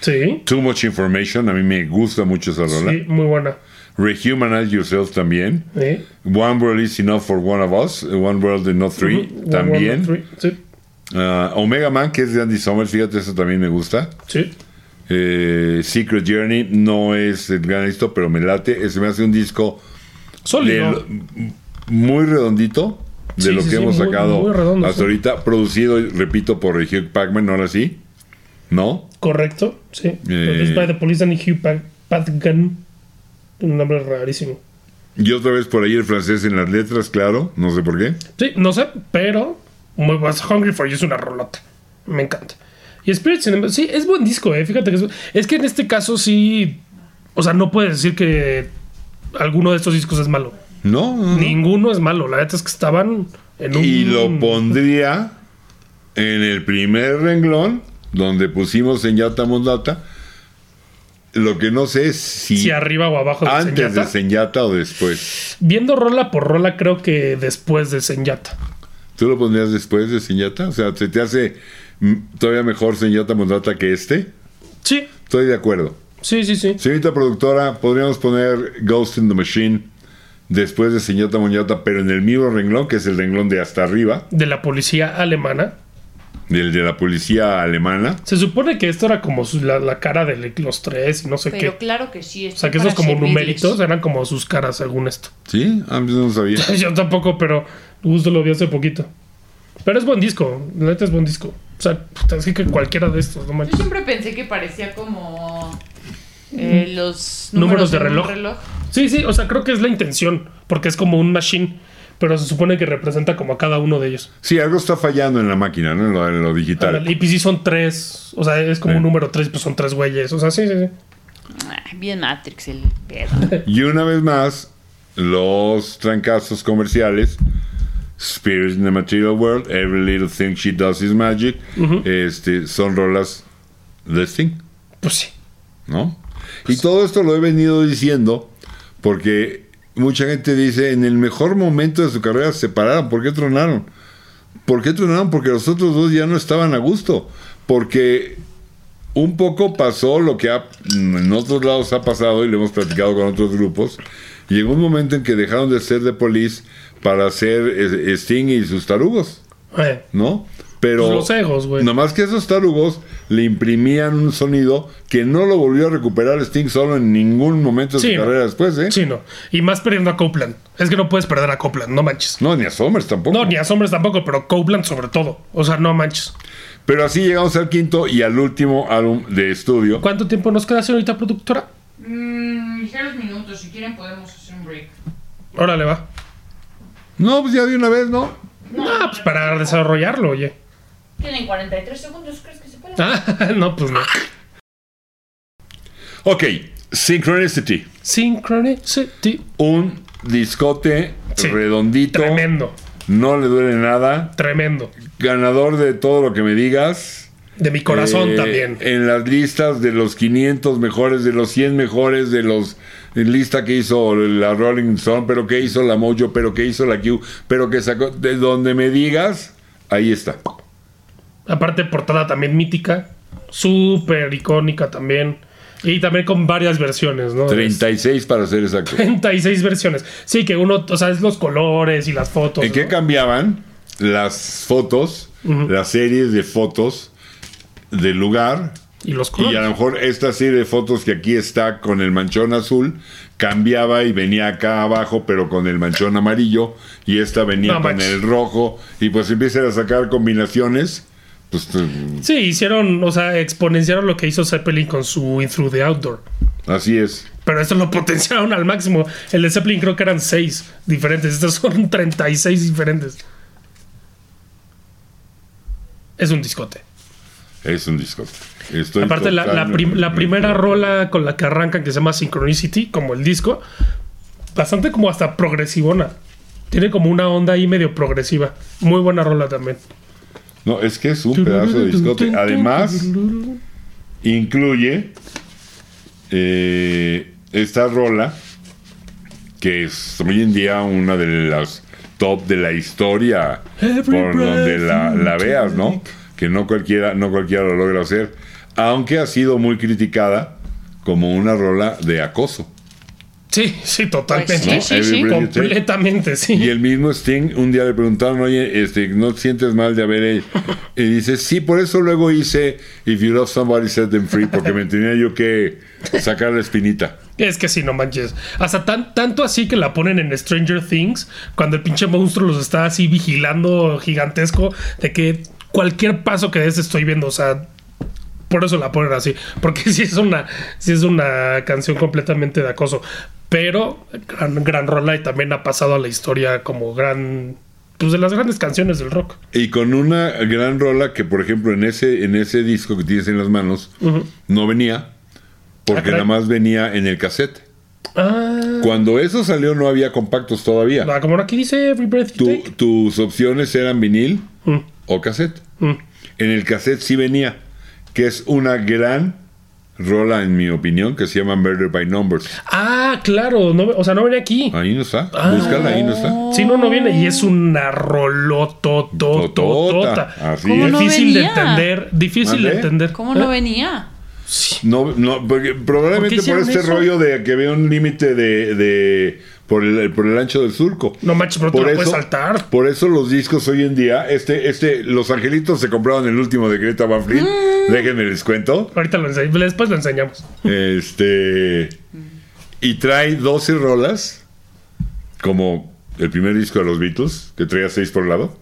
[SPEAKER 2] Sí,
[SPEAKER 1] Too Much Information, a mí me gusta mucho esa rola.
[SPEAKER 2] sí, muy buena. ¿eh?
[SPEAKER 1] Rehumanize Yourself también.
[SPEAKER 2] Sí.
[SPEAKER 1] One World is Enough for One of Us. One World is Not Three
[SPEAKER 2] Ujú,
[SPEAKER 1] también.
[SPEAKER 2] One, One, three. Sí,
[SPEAKER 1] Ah, Omega Man, que es de Andy Summers, fíjate, eso también me gusta.
[SPEAKER 2] sí.
[SPEAKER 1] Eh, Secret Journey no es el gran listo, pero me late. Eh, Se me hace un disco de
[SPEAKER 2] Sólido.
[SPEAKER 1] lo- muy redondito de
[SPEAKER 2] Sí,
[SPEAKER 1] lo
[SPEAKER 2] sí,
[SPEAKER 1] que
[SPEAKER 2] sí,
[SPEAKER 1] hemos
[SPEAKER 2] muy-
[SPEAKER 1] sacado
[SPEAKER 2] muy redondo,
[SPEAKER 1] hasta
[SPEAKER 2] sí.
[SPEAKER 1] ahorita. Producido, repito, por Hugh Packman, ahora sí. ¿No?
[SPEAKER 2] Correcto, sí.
[SPEAKER 1] Eh.
[SPEAKER 2] Produced by the Police and Hugh Pa- Patgan. Un nombre rarísimo.
[SPEAKER 1] Y otra vez por ahí el francés en las letras, claro. No sé por qué.
[SPEAKER 2] Sí, no sé, pero muy buenas. Hungry for You es una rolota. Me encanta. Y Spirits in the- Sí, es buen disco, eh. Fíjate que es, es que en este caso sí. O sea, no puedes decir que alguno de estos discos es malo.
[SPEAKER 1] No. no, no.
[SPEAKER 2] Ninguno es malo. La neta es que estaban en un.
[SPEAKER 1] Y lo pondría en el primer renglón donde pusimos en Yata Mondata. Lo que no sé es si,
[SPEAKER 2] Si arriba o abajo de
[SPEAKER 1] antes
[SPEAKER 2] Senyata.
[SPEAKER 1] de Senyata o después.
[SPEAKER 2] Viendo rola por rola, creo que después de Senyata.
[SPEAKER 1] ¿Tú lo pondrías después de Senyata? O sea, ¿se te hace mm, todavía mejor Senyata Mondata que este?
[SPEAKER 2] Sí,
[SPEAKER 1] Estoy de acuerdo.
[SPEAKER 2] sí, sí, sí.
[SPEAKER 1] Señorita productora, podríamos poner Ghost in the Machine después de Senyata Mondata, pero en el mismo renglón, que es el renglón de hasta arriba,
[SPEAKER 2] De la policía alemana.
[SPEAKER 1] del de la policía alemana.
[SPEAKER 2] Se supone que esto era como su- la, la cara de los tres y no sé
[SPEAKER 3] Pero
[SPEAKER 2] qué.
[SPEAKER 3] claro que sí.
[SPEAKER 2] O sea, que esos como numeritos eran como sus caras, según esto.
[SPEAKER 1] ¿Sí? Ah, pues no sabía.
[SPEAKER 2] Yo tampoco, pero justo lo vi hace poquito. Pero es buen disco, la neta es buen disco. O sea, puta, es que cualquiera de estos, no
[SPEAKER 3] Yo
[SPEAKER 2] manches.
[SPEAKER 3] siempre pensé que parecía como eh, los
[SPEAKER 2] Números
[SPEAKER 3] números,
[SPEAKER 2] de
[SPEAKER 3] en un
[SPEAKER 2] reloj. Sí, sí, o sea, creo que es la intención, porque es como un machine, pero se supone que representa como a cada uno de ellos.
[SPEAKER 1] Sí, algo está fallando en la máquina, ¿no? En lo, en lo digital.
[SPEAKER 2] Y pues sí son tres, o sea, es como
[SPEAKER 1] Sí.
[SPEAKER 2] un número tres, pues son tres güeyes. O sea, sí, sí, sí.
[SPEAKER 3] Ah, Bien Matrix el pedo.
[SPEAKER 1] Y una vez más, los trancazos comerciales. Spirits in the Material World, Every Little Thing She Does Is Magic. este, son rolas de Sting,
[SPEAKER 2] Pues sí.
[SPEAKER 1] ¿no? Y todo esto lo he venido diciendo porque mucha gente dice, en el mejor momento de su carrera se pararon. ¿Por qué tronaron? ¿Por qué tronaron? Porque los otros dos ya no estaban a gusto. Porque un poco pasó lo que ha- en otros lados ha pasado y lo hemos platicado con otros grupos. Llegó un momento en que dejaron de ser de Police para ser eh, Sting y sus tarugos,
[SPEAKER 2] Eh,
[SPEAKER 1] ¿no? Pero
[SPEAKER 2] Pues los egos, güey.
[SPEAKER 1] Nomás que esos tarugos le imprimían un sonido que no lo volvió a recuperar Sting solo en ningún momento de
[SPEAKER 2] Sí,
[SPEAKER 1] su
[SPEAKER 2] no.
[SPEAKER 1] carrera después, ¿eh?
[SPEAKER 2] sí, no. Y más perdiendo a Copeland. Es que no puedes perder a Copeland, no manches.
[SPEAKER 1] No, ni a Somers tampoco.
[SPEAKER 2] No, ni a hombres tampoco, pero Copeland sobre todo. O sea, no manches.
[SPEAKER 1] Pero así llegamos al quinto y al último álbum de estudio.
[SPEAKER 2] ¿Cuánto tiempo nos queda, señorita productora?
[SPEAKER 3] Mm, ligeros minutos, si quieren podemos hacer un break.
[SPEAKER 2] Órale, va.
[SPEAKER 1] No, pues ya de una vez, ¿no?
[SPEAKER 2] No, pues para desarrollarlo, oye.
[SPEAKER 3] Tienen 43 segundos, ¿crees que se puede?
[SPEAKER 2] Ah, no, pues no.
[SPEAKER 1] Ok, Synchronicity.
[SPEAKER 2] Synchronicity.
[SPEAKER 1] un discote
[SPEAKER 2] Sí.
[SPEAKER 1] redondito.
[SPEAKER 2] Tremendo,
[SPEAKER 1] No le duele nada.
[SPEAKER 2] tremendo.
[SPEAKER 1] Ganador de todo lo que me digas.
[SPEAKER 2] De mi corazón
[SPEAKER 1] eh,
[SPEAKER 2] también.
[SPEAKER 1] En las listas de los 500 mejores, de los 100 mejores, de los en lista que hizo la Rolling Stone, pero que hizo la Mojo, pero que hizo la Q, pero que sacó, de donde me digas, ahí está.
[SPEAKER 2] Pues. Aparte, portada también mítica. Súper icónica también. Y también con varias versiones, ¿no?
[SPEAKER 1] 36 para ser exacto.
[SPEAKER 2] Pues, 36 versiones. Sí, que uno, o sea, es los colores y las fotos.
[SPEAKER 1] ¿En qué
[SPEAKER 2] ¿no?
[SPEAKER 1] cambiaban las fotos, las series de fotos del lugar?
[SPEAKER 2] Y los
[SPEAKER 1] Y a lo
[SPEAKER 2] colores.
[SPEAKER 1] mejor esta serie de fotos que aquí está con el manchón azul cambiaba y venía acá abajo, pero con el manchón amarillo, y esta venía
[SPEAKER 2] No
[SPEAKER 1] con
[SPEAKER 2] manches.
[SPEAKER 1] el rojo, y pues empiezan a sacar combinaciones. Pues mm,
[SPEAKER 2] Sí, hicieron, o sea, exponenciaron lo que hizo Zeppelin con su In Through the Outdoor.
[SPEAKER 1] así es.
[SPEAKER 2] Pero esto lo potenciaron al máximo. El de Zeppelin creo que eran 6 diferentes. Estos son 36 diferentes. Es un discote.
[SPEAKER 1] Es un disco. Estoy
[SPEAKER 2] Aparte, la, la prim- la
[SPEAKER 1] totalmente-
[SPEAKER 2] primera rola con la que arrancan, que se llama Synchronicity, como el disco, bastante como hasta progresivona. Tiene como una onda ahí medio progresiva. Muy buena rola también.
[SPEAKER 1] No, es que es un pedazo de discote. Además, incluye eh, esta rola, que es hoy en día una de las top de la historia,
[SPEAKER 2] Every
[SPEAKER 1] por donde la,
[SPEAKER 2] breath
[SPEAKER 1] la
[SPEAKER 2] you
[SPEAKER 1] veas, ¿no? Que no cualquiera, no cualquiera lo logra hacer, aunque ha sido muy criticada como una rola de acoso.
[SPEAKER 2] Sí, sí, totalmente.
[SPEAKER 3] Pues sí,
[SPEAKER 1] ¿no?
[SPEAKER 3] sí.
[SPEAKER 1] Every breath you take.
[SPEAKER 2] Completamente,
[SPEAKER 1] Y
[SPEAKER 2] sí.
[SPEAKER 1] el mismo Sting un día le preguntaron, oye, este, ¿no te sientes mal de haber hecho? Y dice, sí, por eso luego hice If You Love Somebody Set Them Free, porque me tenía yo que sacar la espinita.
[SPEAKER 2] Es que sí, no manches. Hasta tan, tanto así que la ponen en Stranger Things, cuando el pinche monstruo los está así vigilando gigantesco, de que cualquier paso que des estoy viendo, o sea, por eso la ponen así. Porque sí es una, sí es una canción completamente de acoso. Pero gran, gran rola y también ha pasado a la historia como gran... Pues de las grandes canciones del rock.
[SPEAKER 1] Y con una gran rola que, por ejemplo, en ese, en ese disco que tienes en las manos, no venía,
[SPEAKER 2] Ah,
[SPEAKER 1] porque
[SPEAKER 2] caray.
[SPEAKER 1] nada más venía en el cassette.
[SPEAKER 2] Ah,
[SPEAKER 1] Cuando eso salió no había compactos todavía.
[SPEAKER 2] ah, como aquí dice Every Breath You
[SPEAKER 1] Tu-
[SPEAKER 2] Take.
[SPEAKER 1] tus opciones eran vinil
[SPEAKER 2] Mm,
[SPEAKER 1] o cassette.
[SPEAKER 2] mm.
[SPEAKER 1] En el cassette sí venía, que es una gran rola, en mi opinión, que se llama Murder by Numbers.
[SPEAKER 2] Ah, claro, no, o sea, no venía aquí.
[SPEAKER 1] Ahí no está.
[SPEAKER 2] Ah.
[SPEAKER 1] Búscala, ahí no está.
[SPEAKER 2] Sí, no, no viene. Y es una rolotototota.
[SPEAKER 1] Totota, así
[SPEAKER 3] ¿Cómo
[SPEAKER 1] es.
[SPEAKER 3] no
[SPEAKER 2] difícil de
[SPEAKER 3] venía?
[SPEAKER 2] entender. Difícil de
[SPEAKER 1] ¿Mande?
[SPEAKER 2] entender.
[SPEAKER 3] ¿Cómo no
[SPEAKER 2] ¿Eh?
[SPEAKER 3] venía?
[SPEAKER 1] No, no, porque probablemente
[SPEAKER 2] ¿Por qué
[SPEAKER 1] por,
[SPEAKER 2] hicieron
[SPEAKER 1] este
[SPEAKER 2] eso?
[SPEAKER 1] rollo de que vea un límite de, de- por, el, por el ancho del surco.
[SPEAKER 2] No manches, pero te la puedes saltar.
[SPEAKER 1] Por eso los discos hoy en día, este, este, los angelitos se compraron el último de Greta Van Fleet.
[SPEAKER 2] Mm.
[SPEAKER 1] Déjenme les cuento.
[SPEAKER 2] Ahorita lo enseñamos. Después lo enseñamos.
[SPEAKER 1] Este. Y trae 12 rolas. Como el primer disco de los Beatles, que traía 6 por lado.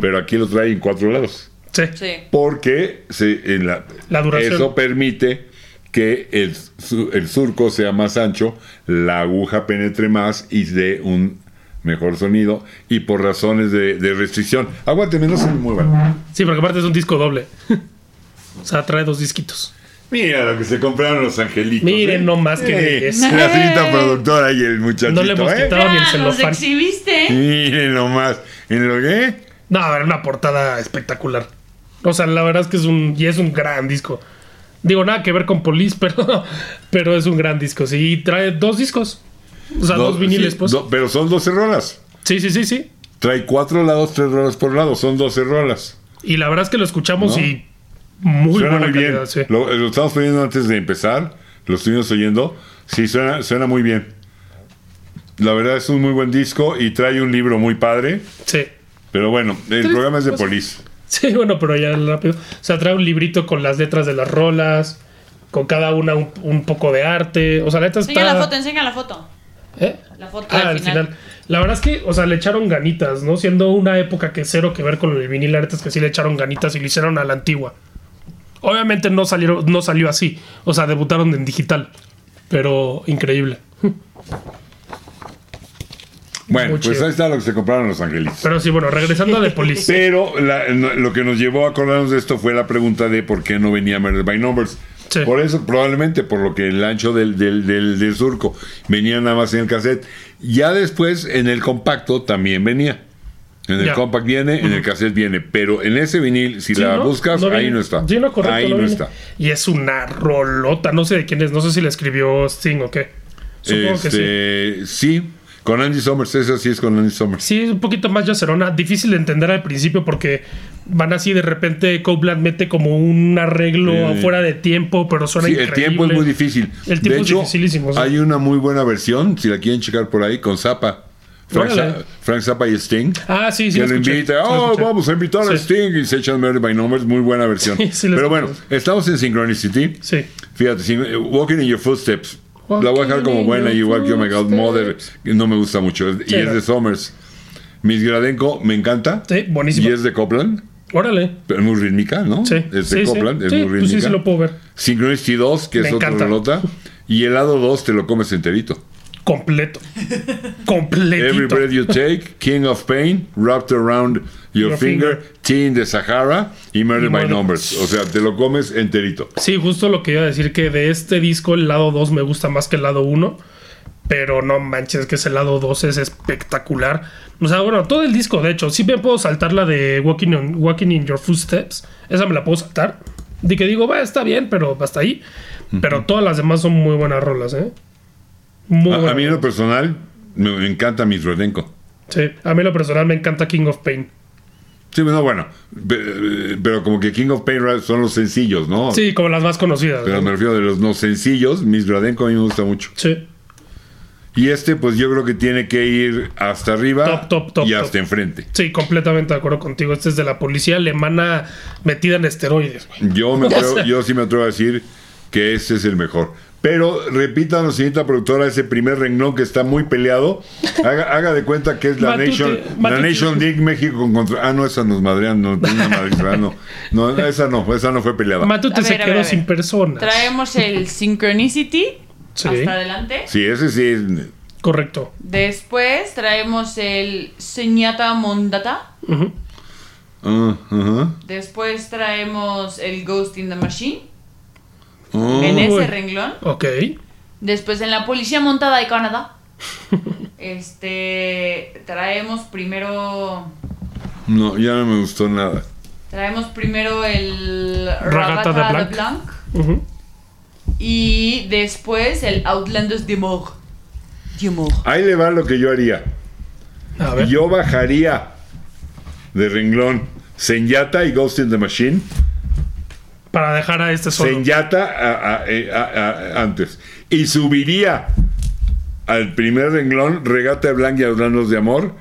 [SPEAKER 1] Pero aquí lo trae en 4 lados.
[SPEAKER 2] Sí.
[SPEAKER 3] Sí.
[SPEAKER 1] Porque se- en la,
[SPEAKER 2] La duración.
[SPEAKER 1] eso permite que el, su- el surco sea más ancho, la aguja penetre más y dé un mejor sonido. Y por razones de, de restricción. Aguánteme, no se me muevan.
[SPEAKER 2] Sí, porque aparte es un disco doble. o sea, trae dos disquitos.
[SPEAKER 1] Mira lo que se compraron los angelitos.
[SPEAKER 2] Miren nomás qué belleza.
[SPEAKER 1] La cinta productora y el muchachito.
[SPEAKER 2] No le hemos
[SPEAKER 1] ¿eh?
[SPEAKER 2] quitado Estaba bien
[SPEAKER 3] Ah, los
[SPEAKER 2] celofán.
[SPEAKER 3] exhibiste.
[SPEAKER 1] Miren nomás. ¿En lo que? ¿eh?
[SPEAKER 2] No, a ver, una portada espectacular. O sea, la verdad es que es un. Y es un gran disco. Digo, nada que ver con Police, pero, pero es un gran disco. Sí, y trae dos discos. O sea, dos,
[SPEAKER 1] Do-
[SPEAKER 2] viniles,
[SPEAKER 1] sí,
[SPEAKER 2] pues.
[SPEAKER 1] do- pero son 12 rolas.
[SPEAKER 2] Sí, sí, sí, sí.
[SPEAKER 1] Trae cuatro lados, tres rolas por lado. Son 12 rolas.
[SPEAKER 2] Y la verdad es que lo escuchamos
[SPEAKER 1] ¿No?
[SPEAKER 2] y muy
[SPEAKER 1] suena
[SPEAKER 2] buena
[SPEAKER 1] muy bien.
[SPEAKER 2] calidad, sí.
[SPEAKER 1] Lo, lo estamos poniendo antes de empezar. Lo estuvimos oyendo. Sí, suena, suena muy bien. La verdad es un muy buen disco y trae un libro muy padre.
[SPEAKER 2] Sí.
[SPEAKER 1] Pero bueno, el
[SPEAKER 2] Tres
[SPEAKER 1] programa es de
[SPEAKER 2] cosas.
[SPEAKER 1] Police.
[SPEAKER 2] Sí, bueno, pero ya rápido. O sea, trae un librito con las letras de las rolas, con cada una un, un poco de arte. O sea, la neta está...
[SPEAKER 3] Enseña la foto, enseña la foto.
[SPEAKER 2] ¿Eh?
[SPEAKER 3] La foto
[SPEAKER 2] Ah, al final. La verdad es que, o sea, le echaron ganitas, ¿no? Siendo una época que cero que ver con el vinil, la neta es que sí le echaron ganitas y lo hicieron a la antigua. Obviamente no, salieron, no salió así. O sea, debutaron en digital. Pero increíble.
[SPEAKER 1] Bueno,
[SPEAKER 2] Muy
[SPEAKER 1] pues
[SPEAKER 2] chido.
[SPEAKER 1] ahí está lo que se compraron los angelitos.
[SPEAKER 2] Pero sí, bueno, regresando a The Police.
[SPEAKER 1] Pero la- no- lo que nos llevó a acordarnos de esto fue la pregunta de por qué no venía Murder by Numbers.
[SPEAKER 2] Sí.
[SPEAKER 1] Por eso, probablemente por lo que el ancho del, del, del- del surco venía nada más en el cassette. Ya después en el compacto también venía. En el
[SPEAKER 2] Ya.
[SPEAKER 1] compact viene, en el cassette viene, pero en ese vinil, si
[SPEAKER 2] Sí,
[SPEAKER 1] la
[SPEAKER 2] ¿no?
[SPEAKER 1] buscas,
[SPEAKER 2] No
[SPEAKER 1] ahí
[SPEAKER 2] viene.
[SPEAKER 1] no está.
[SPEAKER 2] Sí, no, correcto,
[SPEAKER 1] ahí no,
[SPEAKER 2] viene.
[SPEAKER 1] está.
[SPEAKER 2] Y es una rolota. No sé de quién es. No sé si la escribió Sting o qué. Supongo que sí.
[SPEAKER 1] Este, sí, con Andy Summers, esa sí es con Andy Summers.
[SPEAKER 2] Sí, es un poquito más yacerona. Difícil de entender al principio porque van así de repente. Copeland mete como un arreglo
[SPEAKER 1] Eh,
[SPEAKER 2] fuera de tiempo, pero suena
[SPEAKER 1] Sí, el
[SPEAKER 2] increíble.
[SPEAKER 1] tiempo es muy difícil.
[SPEAKER 2] El tiempo
[SPEAKER 1] de
[SPEAKER 2] es
[SPEAKER 1] hecho,
[SPEAKER 2] dificilísimo, sí.
[SPEAKER 1] Hay una muy buena versión, si la quieren checar por ahí, con Zappa. Frank,
[SPEAKER 2] Órale.
[SPEAKER 1] Za- Frank Zappa y Sting.
[SPEAKER 2] Ah, sí, sí.
[SPEAKER 1] que
[SPEAKER 2] la
[SPEAKER 1] lo
[SPEAKER 2] escuché, sí
[SPEAKER 1] invita,
[SPEAKER 2] la
[SPEAKER 1] oh,
[SPEAKER 2] escuché".
[SPEAKER 1] vamos a invitar a
[SPEAKER 2] Sí,
[SPEAKER 1] Sting y se echan Murder by Numbers, muy buena versión.
[SPEAKER 2] Sí, sí la
[SPEAKER 1] Pero bueno,
[SPEAKER 2] escuché.
[SPEAKER 1] estamos en Synchronicity.
[SPEAKER 2] Sí.
[SPEAKER 1] Fíjate, sin- eh, Walking in Your Footsteps. la voy a dejar
[SPEAKER 2] Walking
[SPEAKER 1] como
[SPEAKER 2] in
[SPEAKER 1] buena,
[SPEAKER 2] your
[SPEAKER 1] igual que Oh My God
[SPEAKER 2] footsteps.
[SPEAKER 1] Mother, que no me gusta mucho. es- Y
[SPEAKER 2] Sí,
[SPEAKER 1] es
[SPEAKER 2] no.
[SPEAKER 1] de Summers. Miss Gradenko me encanta.
[SPEAKER 2] Sí,
[SPEAKER 1] Y
[SPEAKER 2] buenísimo.
[SPEAKER 1] es de Copland.
[SPEAKER 2] Órale.
[SPEAKER 1] Pero es muy rítmica, ¿no?
[SPEAKER 2] Sí.
[SPEAKER 1] Es
[SPEAKER 2] sí,
[SPEAKER 1] de
[SPEAKER 2] sí.
[SPEAKER 1] Copland, Este es
[SPEAKER 2] Sí,
[SPEAKER 1] muy
[SPEAKER 2] pues
[SPEAKER 1] rítmica.
[SPEAKER 2] sí, sí lo puedo ver.
[SPEAKER 1] Synchronicity 2, que
[SPEAKER 2] Me
[SPEAKER 1] es otra
[SPEAKER 2] encanta.
[SPEAKER 1] relota. Y el lado 2 te lo comes enterito.
[SPEAKER 2] Completo. Completito.
[SPEAKER 1] Every Breath You Take, King of Pain, Wrapped Around Your,
[SPEAKER 2] Your
[SPEAKER 1] Finger,
[SPEAKER 2] Finger.
[SPEAKER 1] Tea in the Sahara y Murder
[SPEAKER 2] Y
[SPEAKER 1] by
[SPEAKER 2] Murder.
[SPEAKER 1] Numbers. O sea, te lo comes enterito.
[SPEAKER 2] Sí, justo lo que iba a decir, que de este disco el lado 2 me gusta más que el lado 1. Pero no manches, que ese lado 2 es espectacular. O sea, bueno, todo el disco, de hecho. Sí me puedo saltar la de Walking, on- Walking in Your Footsteps. Esa me la puedo saltar. De que digo, va, está bien, pero hasta ahí. Pero todas las demás son muy buenas rolas, ¿eh? Muy
[SPEAKER 1] A, a
[SPEAKER 2] buenas.
[SPEAKER 1] mí en lo personal me encanta Miss Rodenko.
[SPEAKER 2] Sí, a mí en lo personal me encanta King of Pain.
[SPEAKER 1] Sí, no, bueno, pe- pero como que King of Pain Ra- son los sencillos, ¿no?
[SPEAKER 2] Sí, como las más conocidas.
[SPEAKER 1] Pero
[SPEAKER 2] ¿no?
[SPEAKER 1] me refiero de los no sencillos, Miss Gradenko a mí me gusta mucho.
[SPEAKER 2] Sí.
[SPEAKER 1] Y este, pues yo creo que tiene que ir hasta arriba
[SPEAKER 2] Top, top, top,
[SPEAKER 1] y
[SPEAKER 2] top.
[SPEAKER 1] hasta enfrente.
[SPEAKER 2] Sí, completamente de acuerdo contigo. Este es de la policía alemana metida en esteroides, güey.
[SPEAKER 1] Yo, me
[SPEAKER 2] O sea-
[SPEAKER 1] atrevo- yo sí me atrevo a decir que este es el mejor. Pero repítanos, señorita productora, ese primer renglón que está muy peleado. Haga, haga de cuenta que es la
[SPEAKER 2] Matute-
[SPEAKER 1] Nation, la
[SPEAKER 2] Matute.
[SPEAKER 1] Nation League México contra. Ah, no, esa nos madrean, no, tiene una madrizada, no. No, esa no, esa no fue peleada.
[SPEAKER 2] Matute
[SPEAKER 3] A
[SPEAKER 2] se
[SPEAKER 3] ver, a ver,
[SPEAKER 2] quedó
[SPEAKER 3] a ver.
[SPEAKER 2] sin persona.
[SPEAKER 3] Traemos el Synchronicity
[SPEAKER 2] Sí.
[SPEAKER 3] hasta adelante.
[SPEAKER 1] Sí, ese sí. es-
[SPEAKER 2] Correcto.
[SPEAKER 3] Después traemos el Señata Mondata.
[SPEAKER 2] Ujú.
[SPEAKER 1] ah, ajá.
[SPEAKER 3] Después traemos el Ghost in the Machine.
[SPEAKER 1] Ah.
[SPEAKER 3] En
[SPEAKER 2] Uy.
[SPEAKER 3] ese renglón.
[SPEAKER 2] Ok.
[SPEAKER 3] Después en la Policía Montada de Canadá. Este. Traemos primero.
[SPEAKER 1] No, ya no me gustó nada.
[SPEAKER 3] Traemos primero el
[SPEAKER 2] Ragata
[SPEAKER 3] Ragata,
[SPEAKER 2] de
[SPEAKER 3] de,
[SPEAKER 2] Blanc.
[SPEAKER 3] Blanc.
[SPEAKER 2] Ujú.
[SPEAKER 3] Y después el Outlanders de Mog. De Mog.
[SPEAKER 1] Ahí le va lo que yo haría.
[SPEAKER 2] A ver.
[SPEAKER 1] Yo bajaría de renglón Senyata y Ghost in the Machine.
[SPEAKER 2] Para dejar a este solo.
[SPEAKER 1] Senyata a- a- eh, a- a- antes. Y subiría al primer renglón Regata Blanc y Hablando de Amor.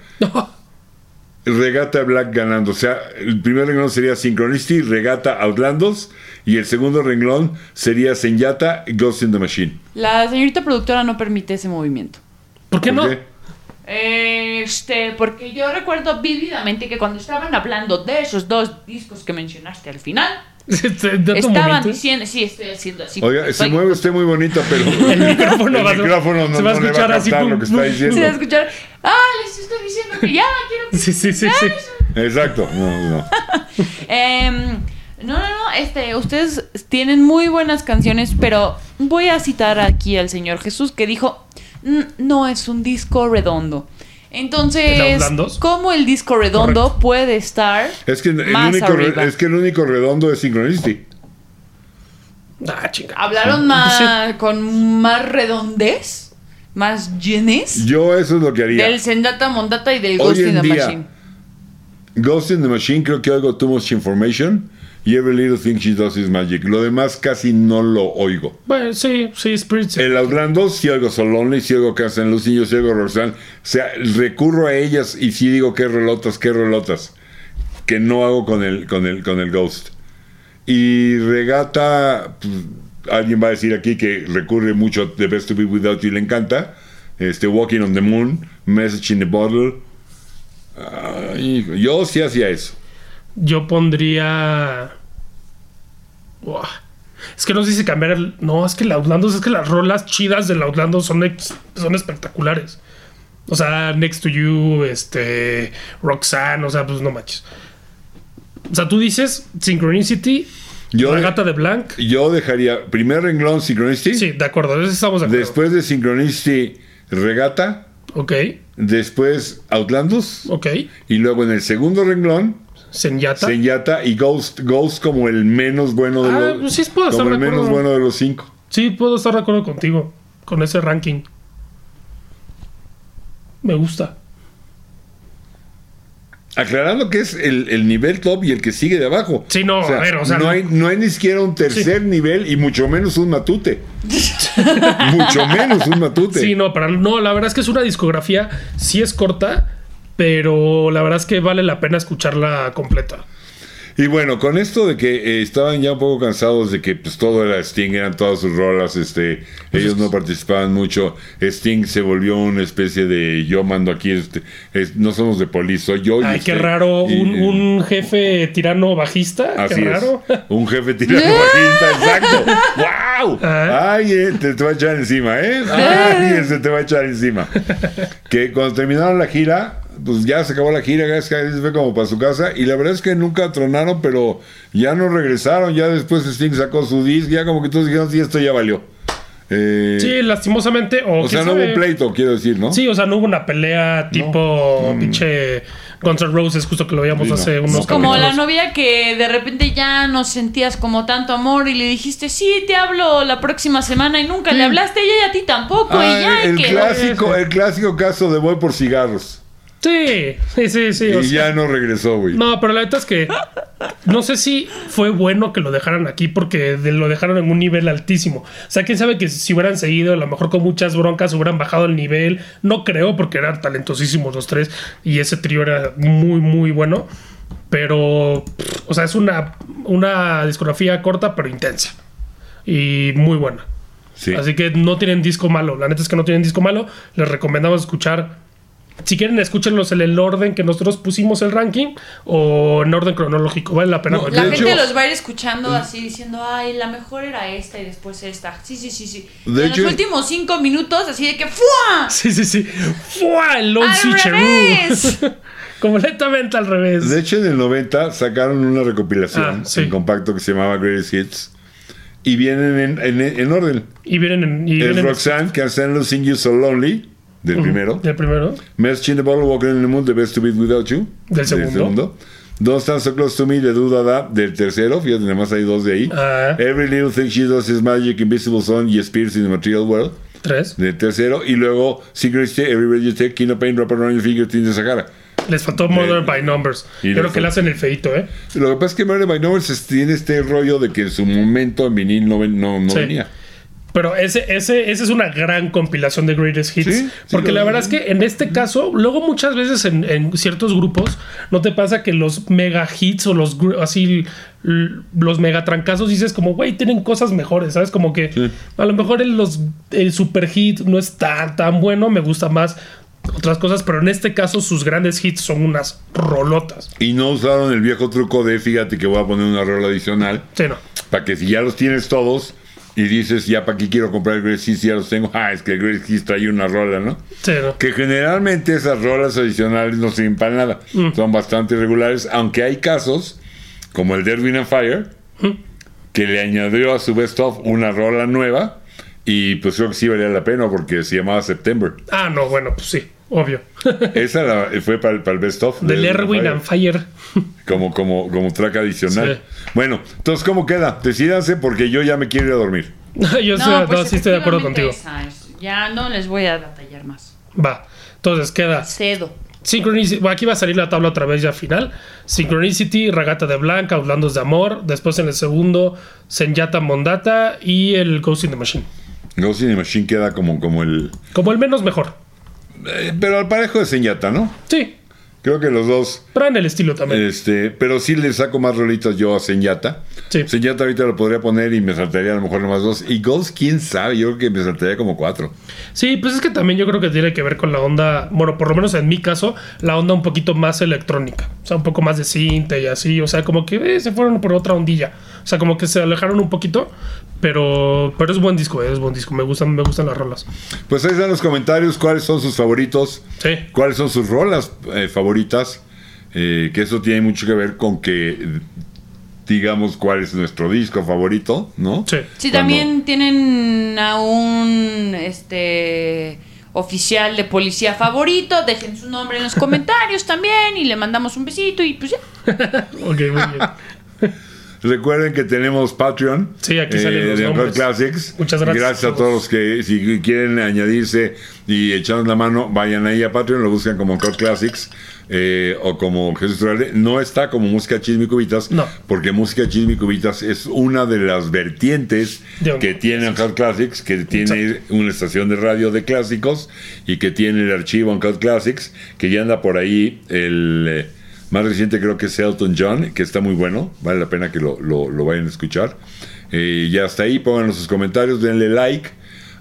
[SPEAKER 1] Regata Black ganando. O sea, el primer renglón sería Synchronicity, Regata Outlandos. Y el segundo renglón sería Senyata, Ghost in the Machine.
[SPEAKER 3] La señorita productora no permite ese movimiento.
[SPEAKER 2] ¿Por qué
[SPEAKER 1] ¿Por
[SPEAKER 2] no?
[SPEAKER 1] qué?
[SPEAKER 3] Este, porque yo recuerdo vívidamente que cuando estaban hablando de esos dos discos que mencionaste al final,
[SPEAKER 2] Este, date un
[SPEAKER 3] estaban
[SPEAKER 2] momento.
[SPEAKER 3] diciendo, sí, estoy haciendo así.
[SPEAKER 1] Oiga, se
[SPEAKER 3] Estoy-
[SPEAKER 1] mueve usted muy bonito, pero.
[SPEAKER 2] El micrófono,
[SPEAKER 1] El
[SPEAKER 2] va a-
[SPEAKER 1] micrófono no-
[SPEAKER 2] se va a
[SPEAKER 1] no le va a
[SPEAKER 2] escuchar así.
[SPEAKER 1] captar
[SPEAKER 2] pum,
[SPEAKER 1] lo que está
[SPEAKER 2] pum,
[SPEAKER 1] diciendo.
[SPEAKER 3] Se va a
[SPEAKER 2] pum.
[SPEAKER 3] escuchar, ah, les estoy diciendo que ya, quiero que...
[SPEAKER 2] Sí, sí, sí, sí.
[SPEAKER 1] Exacto. No, no.
[SPEAKER 3] Em, no, no, no, este, ustedes tienen muy buenas canciones, pero voy a citar aquí al señor Jesús que dijo, "Mm, no es un disco redondo.
[SPEAKER 2] ¿El
[SPEAKER 3] Entonces,
[SPEAKER 2] Outlandos?
[SPEAKER 3] ¿cómo el disco redondo puede estar
[SPEAKER 1] Es que el,
[SPEAKER 3] más
[SPEAKER 1] único, re-
[SPEAKER 3] arriba?
[SPEAKER 1] es que el único redondo es Synchronicity.
[SPEAKER 2] Ah, chinga.
[SPEAKER 3] Hablaron más con más redondez, más llenes
[SPEAKER 1] Yo eso es lo que haría.
[SPEAKER 3] del Sendata Mondata y del Ghost
[SPEAKER 1] Hoy
[SPEAKER 3] in
[SPEAKER 1] en
[SPEAKER 3] the
[SPEAKER 1] día,
[SPEAKER 3] Machine.
[SPEAKER 1] Ghost in the Machine creo que oigo Too Much Information y Every Little Thing She Does Is Magic. Lo demás casi no lo oigo.
[SPEAKER 2] Bueno, sí, sí, Spirit. sí.
[SPEAKER 1] El Outlander sí oigo So Lonely, sí oigo Casa en Lucinho, sí oigo Roxanne. O sea, recurro a ellas y sí digo qué relotas, qué relotas. Que no hago con el, con el, con el Ghost. Y regata, pues, alguien va a decir aquí que recurre mucho a The Best to Be Without You, le encanta. Este, Walking on the Moon, Message in the Bottle. Ay, yo sí hacía eso.
[SPEAKER 2] Yo pondría. Buah. Es que no sé si cambiar el. No, es que el Outlandos, es que las rolas chidas del Outlandos son, ex- son espectaculares. O sea, Next to You, este. Roxanne, o sea, pues no manches. O sea, tú dices Synchronicity,
[SPEAKER 1] Yo,
[SPEAKER 2] La Gata de Blanc.
[SPEAKER 1] yo dejaría primer renglón Synchronicity,
[SPEAKER 2] Sí, de acuerdo, eso estamos de acuerdo.
[SPEAKER 1] después de Synchronicity Regata,
[SPEAKER 2] Ok,
[SPEAKER 1] después Outlandus,
[SPEAKER 2] ok.
[SPEAKER 1] y luego en el segundo renglón,
[SPEAKER 2] Senyata.
[SPEAKER 1] Senyata y Ghost, Ghost como el menos bueno de
[SPEAKER 2] Ah,
[SPEAKER 1] los
[SPEAKER 2] pues sí puedo estar
[SPEAKER 1] como el
[SPEAKER 2] de acuerdo.
[SPEAKER 1] menos bueno de los cinco.
[SPEAKER 2] Sí, puedo estar de acuerdo contigo con ese ranking. Me gusta.
[SPEAKER 1] Aclarando que es el, el nivel top y el que sigue de abajo.
[SPEAKER 2] Sí, no, a ver, o sea,
[SPEAKER 1] no,
[SPEAKER 2] no.
[SPEAKER 1] hay, no hay ni siquiera un tercer nivel y mucho menos un matute. mucho menos un matute.
[SPEAKER 2] Sí, no, para, no, la verdad es que es una discografía, sí es corta, pero la verdad es que vale la pena escucharla completa.
[SPEAKER 1] Y bueno, con esto de que eh, estaban ya un poco cansados de que pues todo era Sting, eran todas sus rolas, este,
[SPEAKER 2] Pues
[SPEAKER 1] ellos no participaban mucho. Sting se volvió una especie de yo mando aquí, este, es- no somos de polis, soy yo. y
[SPEAKER 2] Ay,
[SPEAKER 1] usted".
[SPEAKER 2] qué raro,
[SPEAKER 1] Y,
[SPEAKER 2] un,
[SPEAKER 1] eh,
[SPEAKER 2] un jefe tirano bajista,
[SPEAKER 1] Así
[SPEAKER 2] qué raro.
[SPEAKER 1] es. Un jefe tirando bajista, exacto. ¡Wow!
[SPEAKER 2] Ah.
[SPEAKER 1] Ay, eh, te, te va a echar encima, ¿eh? Ay, se te va a echar encima. Que cuando terminaron la gira, pues ya se acabó la gira, ya se fue como para su casa. Y la verdad es que nunca tronaron, pero ya no regresaron. Ya después Sting sacó su disco, ya como que todos dijeron, sí, esto ya valió. Eh,
[SPEAKER 2] Sí, lastimosamente, o,
[SPEAKER 1] o sea,
[SPEAKER 2] quién
[SPEAKER 1] no hubo
[SPEAKER 2] sabe.
[SPEAKER 1] un pleito, quiero decir, ¿no? Mm.
[SPEAKER 2] Sí, o sea, no hubo una pelea tipo pinche Guns N' Roses, justo que lo veíamos
[SPEAKER 1] Sí, no.
[SPEAKER 2] hace
[SPEAKER 1] No,
[SPEAKER 2] unos
[SPEAKER 1] no.
[SPEAKER 3] Pues Como la
[SPEAKER 2] capítulos.
[SPEAKER 3] novia que de repente ya no sentías como tanto amor y le dijiste, sí, te hablo la próxima semana y nunca le hablaste y ella a ti tampoco.
[SPEAKER 1] Ah,
[SPEAKER 3] y ya,
[SPEAKER 1] el,
[SPEAKER 3] que...
[SPEAKER 1] clásico, el clásico caso de voy por cigarros.
[SPEAKER 2] Sí, sí, sí, sí. o
[SPEAKER 1] Y
[SPEAKER 2] sea,
[SPEAKER 1] ya no regresó, güey.
[SPEAKER 2] No, pero la neta es que no sé si fue bueno que lo dejaran aquí porque de- lo dejaron en un nivel altísimo. O sea, quién sabe que si hubieran seguido, a lo mejor con muchas broncas hubieran bajado el nivel. No creo porque eran talentosísimos los tres y ese trío era muy, muy bueno. Pero, pff, o sea, es una, una discografía corta pero intensa y muy buena.
[SPEAKER 1] Sí.
[SPEAKER 2] Así que no tienen disco malo. La neta es que no tienen disco malo. Les recomendamos escuchar. Si quieren, escúchenlos en el orden que nosotros pusimos el ranking o en orden cronológico. Vale la pena.
[SPEAKER 1] No,
[SPEAKER 3] La
[SPEAKER 1] De
[SPEAKER 2] cualquier-
[SPEAKER 3] gente
[SPEAKER 1] hecho- eh,
[SPEAKER 3] los va a ir escuchando así diciendo, ay, la mejor era esta y después esta. Sí, sí, sí, sí.
[SPEAKER 1] De
[SPEAKER 3] en
[SPEAKER 1] hecho-
[SPEAKER 3] los últimos cinco minutos, así de que ¡fua!
[SPEAKER 2] Sí, sí, sí. ¡Fua! El
[SPEAKER 3] ¡Al
[SPEAKER 2] Lon
[SPEAKER 3] revés!
[SPEAKER 2] Switcheroo. uh, Completamente al revés.
[SPEAKER 1] De hecho, en el 90 sacaron una recopilación
[SPEAKER 2] Ah, sí.
[SPEAKER 1] en compacto que se llamaba Greatest Hits. Y vienen en, en- en orden.
[SPEAKER 2] y vienen en. Y
[SPEAKER 1] Es
[SPEAKER 2] vienen
[SPEAKER 1] Roxanne, Can't Stand Losing You So Lonely, del primero.
[SPEAKER 2] Del primero.
[SPEAKER 1] Merch in the Bottle, Walking in the Moon, The Best to Be Without You.
[SPEAKER 2] Del segundo.
[SPEAKER 1] Don't Stand So Close to Me, de Duda Da, del tercero. Fíjate, nada más hay dos de ahí.
[SPEAKER 2] Ah.
[SPEAKER 1] Every Little Thing She Does Is Magic, Invisible Sun y Spirits in the Material World,
[SPEAKER 2] Tres.
[SPEAKER 1] del tercero. Y luego Secret State, Every You Take, Kino Pain, Wrap Around Your Finger, Tint de Sahara.
[SPEAKER 2] Les faltó Mother by Numbers.
[SPEAKER 1] y
[SPEAKER 2] Yo
[SPEAKER 1] les
[SPEAKER 2] creo que le hacen el feito, ¿eh?
[SPEAKER 1] Lo que pasa es que Murder by Numbers es- tiene este rollo de que en su momento en vinil no, ven- no, no
[SPEAKER 2] Sí.
[SPEAKER 1] venía.
[SPEAKER 2] Pero ese, ese, esa es una gran compilación de Greatest Hits.
[SPEAKER 1] Sí, sí,
[SPEAKER 2] porque
[SPEAKER 1] lo-
[SPEAKER 2] la verdad es que en este caso, luego muchas veces en, en ciertos grupos, ¿no te pasa que los mega hits o los gr- así l- los mega trancazos dices como, güey, tienen cosas mejores, ¿sabes? Como que
[SPEAKER 1] Sí.
[SPEAKER 2] a lo mejor el, los, el super hit no es tan, tan bueno, me gusta más otras cosas, pero en este caso sus grandes hits son unas rolotas.
[SPEAKER 1] Y no usaron el viejo truco de fíjate que voy a poner una rola adicional
[SPEAKER 2] Sí, no.
[SPEAKER 1] para que si ya los tienes todos y dices ya para qué quiero comprar el Grace Kiss si ya los tengo. Ah, es que el Grace Kiss trae una rola, ¿no?
[SPEAKER 2] Sí, no.
[SPEAKER 1] Que generalmente esas rolas adicionales no sirven para nada. Son bastante irregulares, aunque hay casos como el Derby and Fire que le añadió a su best of una rola nueva y pues creo que sí valía la pena porque se llamaba September.
[SPEAKER 2] Ah, no, bueno, pues sí, obvio.
[SPEAKER 1] Esa la- fue para el, para el best of.
[SPEAKER 2] Del
[SPEAKER 1] de-
[SPEAKER 2] Erwin and Fire.
[SPEAKER 1] Como, como, como track adicional.
[SPEAKER 2] Sí.
[SPEAKER 1] Bueno, entonces, ¿cómo queda? Decídanse porque yo ya me quiero ir a dormir.
[SPEAKER 2] Yo estoy- no, sí estoy de acuerdo
[SPEAKER 3] pues efectivamente
[SPEAKER 2] contigo.
[SPEAKER 3] esa es. Ya no les voy a batallar más.
[SPEAKER 2] Va. Entonces queda
[SPEAKER 3] Cedo.
[SPEAKER 2] Synchronicity. bueno, aquí va a salir la tabla otra vez ya final. Synchronicity, Regata de Blanca, Outlandos de Amor. Después en el segundo, Senyata Mondata y el Ghost in the Machine.
[SPEAKER 1] Ghost in the Machine queda como, como el.
[SPEAKER 2] Como el menos mejor.
[SPEAKER 1] eh, pero al parejo de Señata, ¿no?
[SPEAKER 2] Sí,
[SPEAKER 1] Creo que los dos.
[SPEAKER 2] pero en el estilo también.
[SPEAKER 1] Este, pero sí le saco más rolitas yo a Señata.
[SPEAKER 2] Sí.
[SPEAKER 1] Señata ahorita lo podría poner y me saltaría a lo mejor nomás dos. Y Ghost, quién sabe, yo creo que me saltaría como cuatro.
[SPEAKER 2] Sí, pues es que también yo creo que tiene que ver con la onda, bueno, por lo menos en mi caso, la onda un poquito más electrónica. O sea, un poco más de cinta y así. O sea, como que eh, se fueron por otra ondilla. O sea, como que se alejaron un poquito. Pero, pero es buen disco, eh, es buen disco. Me gustan, me gustan las rolas.
[SPEAKER 1] Pues ahí están los comentarios, cuáles son sus favoritos.
[SPEAKER 2] Sí.
[SPEAKER 1] ¿Cuáles son sus rolas eh, favoritas? Eh, que eso tiene mucho que ver con que eh, digamos cuál es nuestro disco favorito, ¿no?
[SPEAKER 2] Sí.
[SPEAKER 3] Si
[SPEAKER 1] Cuando-
[SPEAKER 3] también tienen a un este oficial de policía favorito. Dejen su nombre en los comentarios también y le mandamos un besito y pues ya.
[SPEAKER 2] Ok, muy bien.
[SPEAKER 1] Recuerden que tenemos Patreon. eh,
[SPEAKER 2] Sí, aquí salen los
[SPEAKER 1] de Uncut
[SPEAKER 2] nombres.
[SPEAKER 1] Classics.
[SPEAKER 2] Muchas gracias
[SPEAKER 1] a todos los que si quieren añadirse y echarnos la mano, vayan ahí a Patreon, lo buscan como Uncut Classics eh, o como Jesús Turalde. No está como Música Chisme y Cubitas,
[SPEAKER 2] No.
[SPEAKER 1] porque Música Chisme y Cubitas es una de las vertientes
[SPEAKER 2] De Uncut
[SPEAKER 1] que tiene Uncut Classics, que tiene una estación de radio de clásicos y que tiene el archivo Uncut Classics, que ya anda por ahí el... eh, más reciente creo que es Elton John, que está muy bueno, vale la pena que lo, lo- lo vayan a escuchar. Eh, y hasta ahí, pónganos sus comentarios, denle like.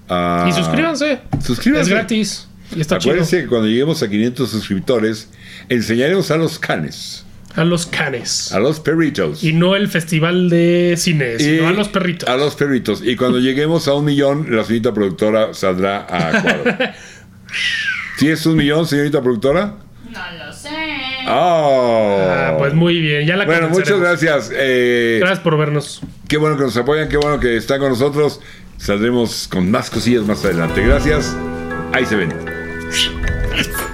[SPEAKER 1] ah,
[SPEAKER 2] Y suscríbanse.
[SPEAKER 1] Suscríbanse.
[SPEAKER 2] Es gratis. Y está
[SPEAKER 1] Acuérdense que cuando lleguemos a 500 suscriptores, enseñaremos a los canes,
[SPEAKER 2] chido. A los canes.
[SPEAKER 1] a los perritos.
[SPEAKER 2] Y no el festival de cine, sino a los perritos.
[SPEAKER 1] A los perritos. Y cuando lleguemos a un millón, la señorita productora saldrá a cuadro. si es un millón, señorita productora.
[SPEAKER 3] No lo sé.
[SPEAKER 1] Oh.
[SPEAKER 2] Ah, pues muy bien. Ya la
[SPEAKER 1] bueno, muchas
[SPEAKER 2] convenceremos.
[SPEAKER 1] gracias. Eh,
[SPEAKER 2] Gracias por vernos.
[SPEAKER 1] Qué bueno que nos apoyan, qué bueno que están con nosotros. Saldremos con más cosillas más adelante. Gracias. Ahí se ven.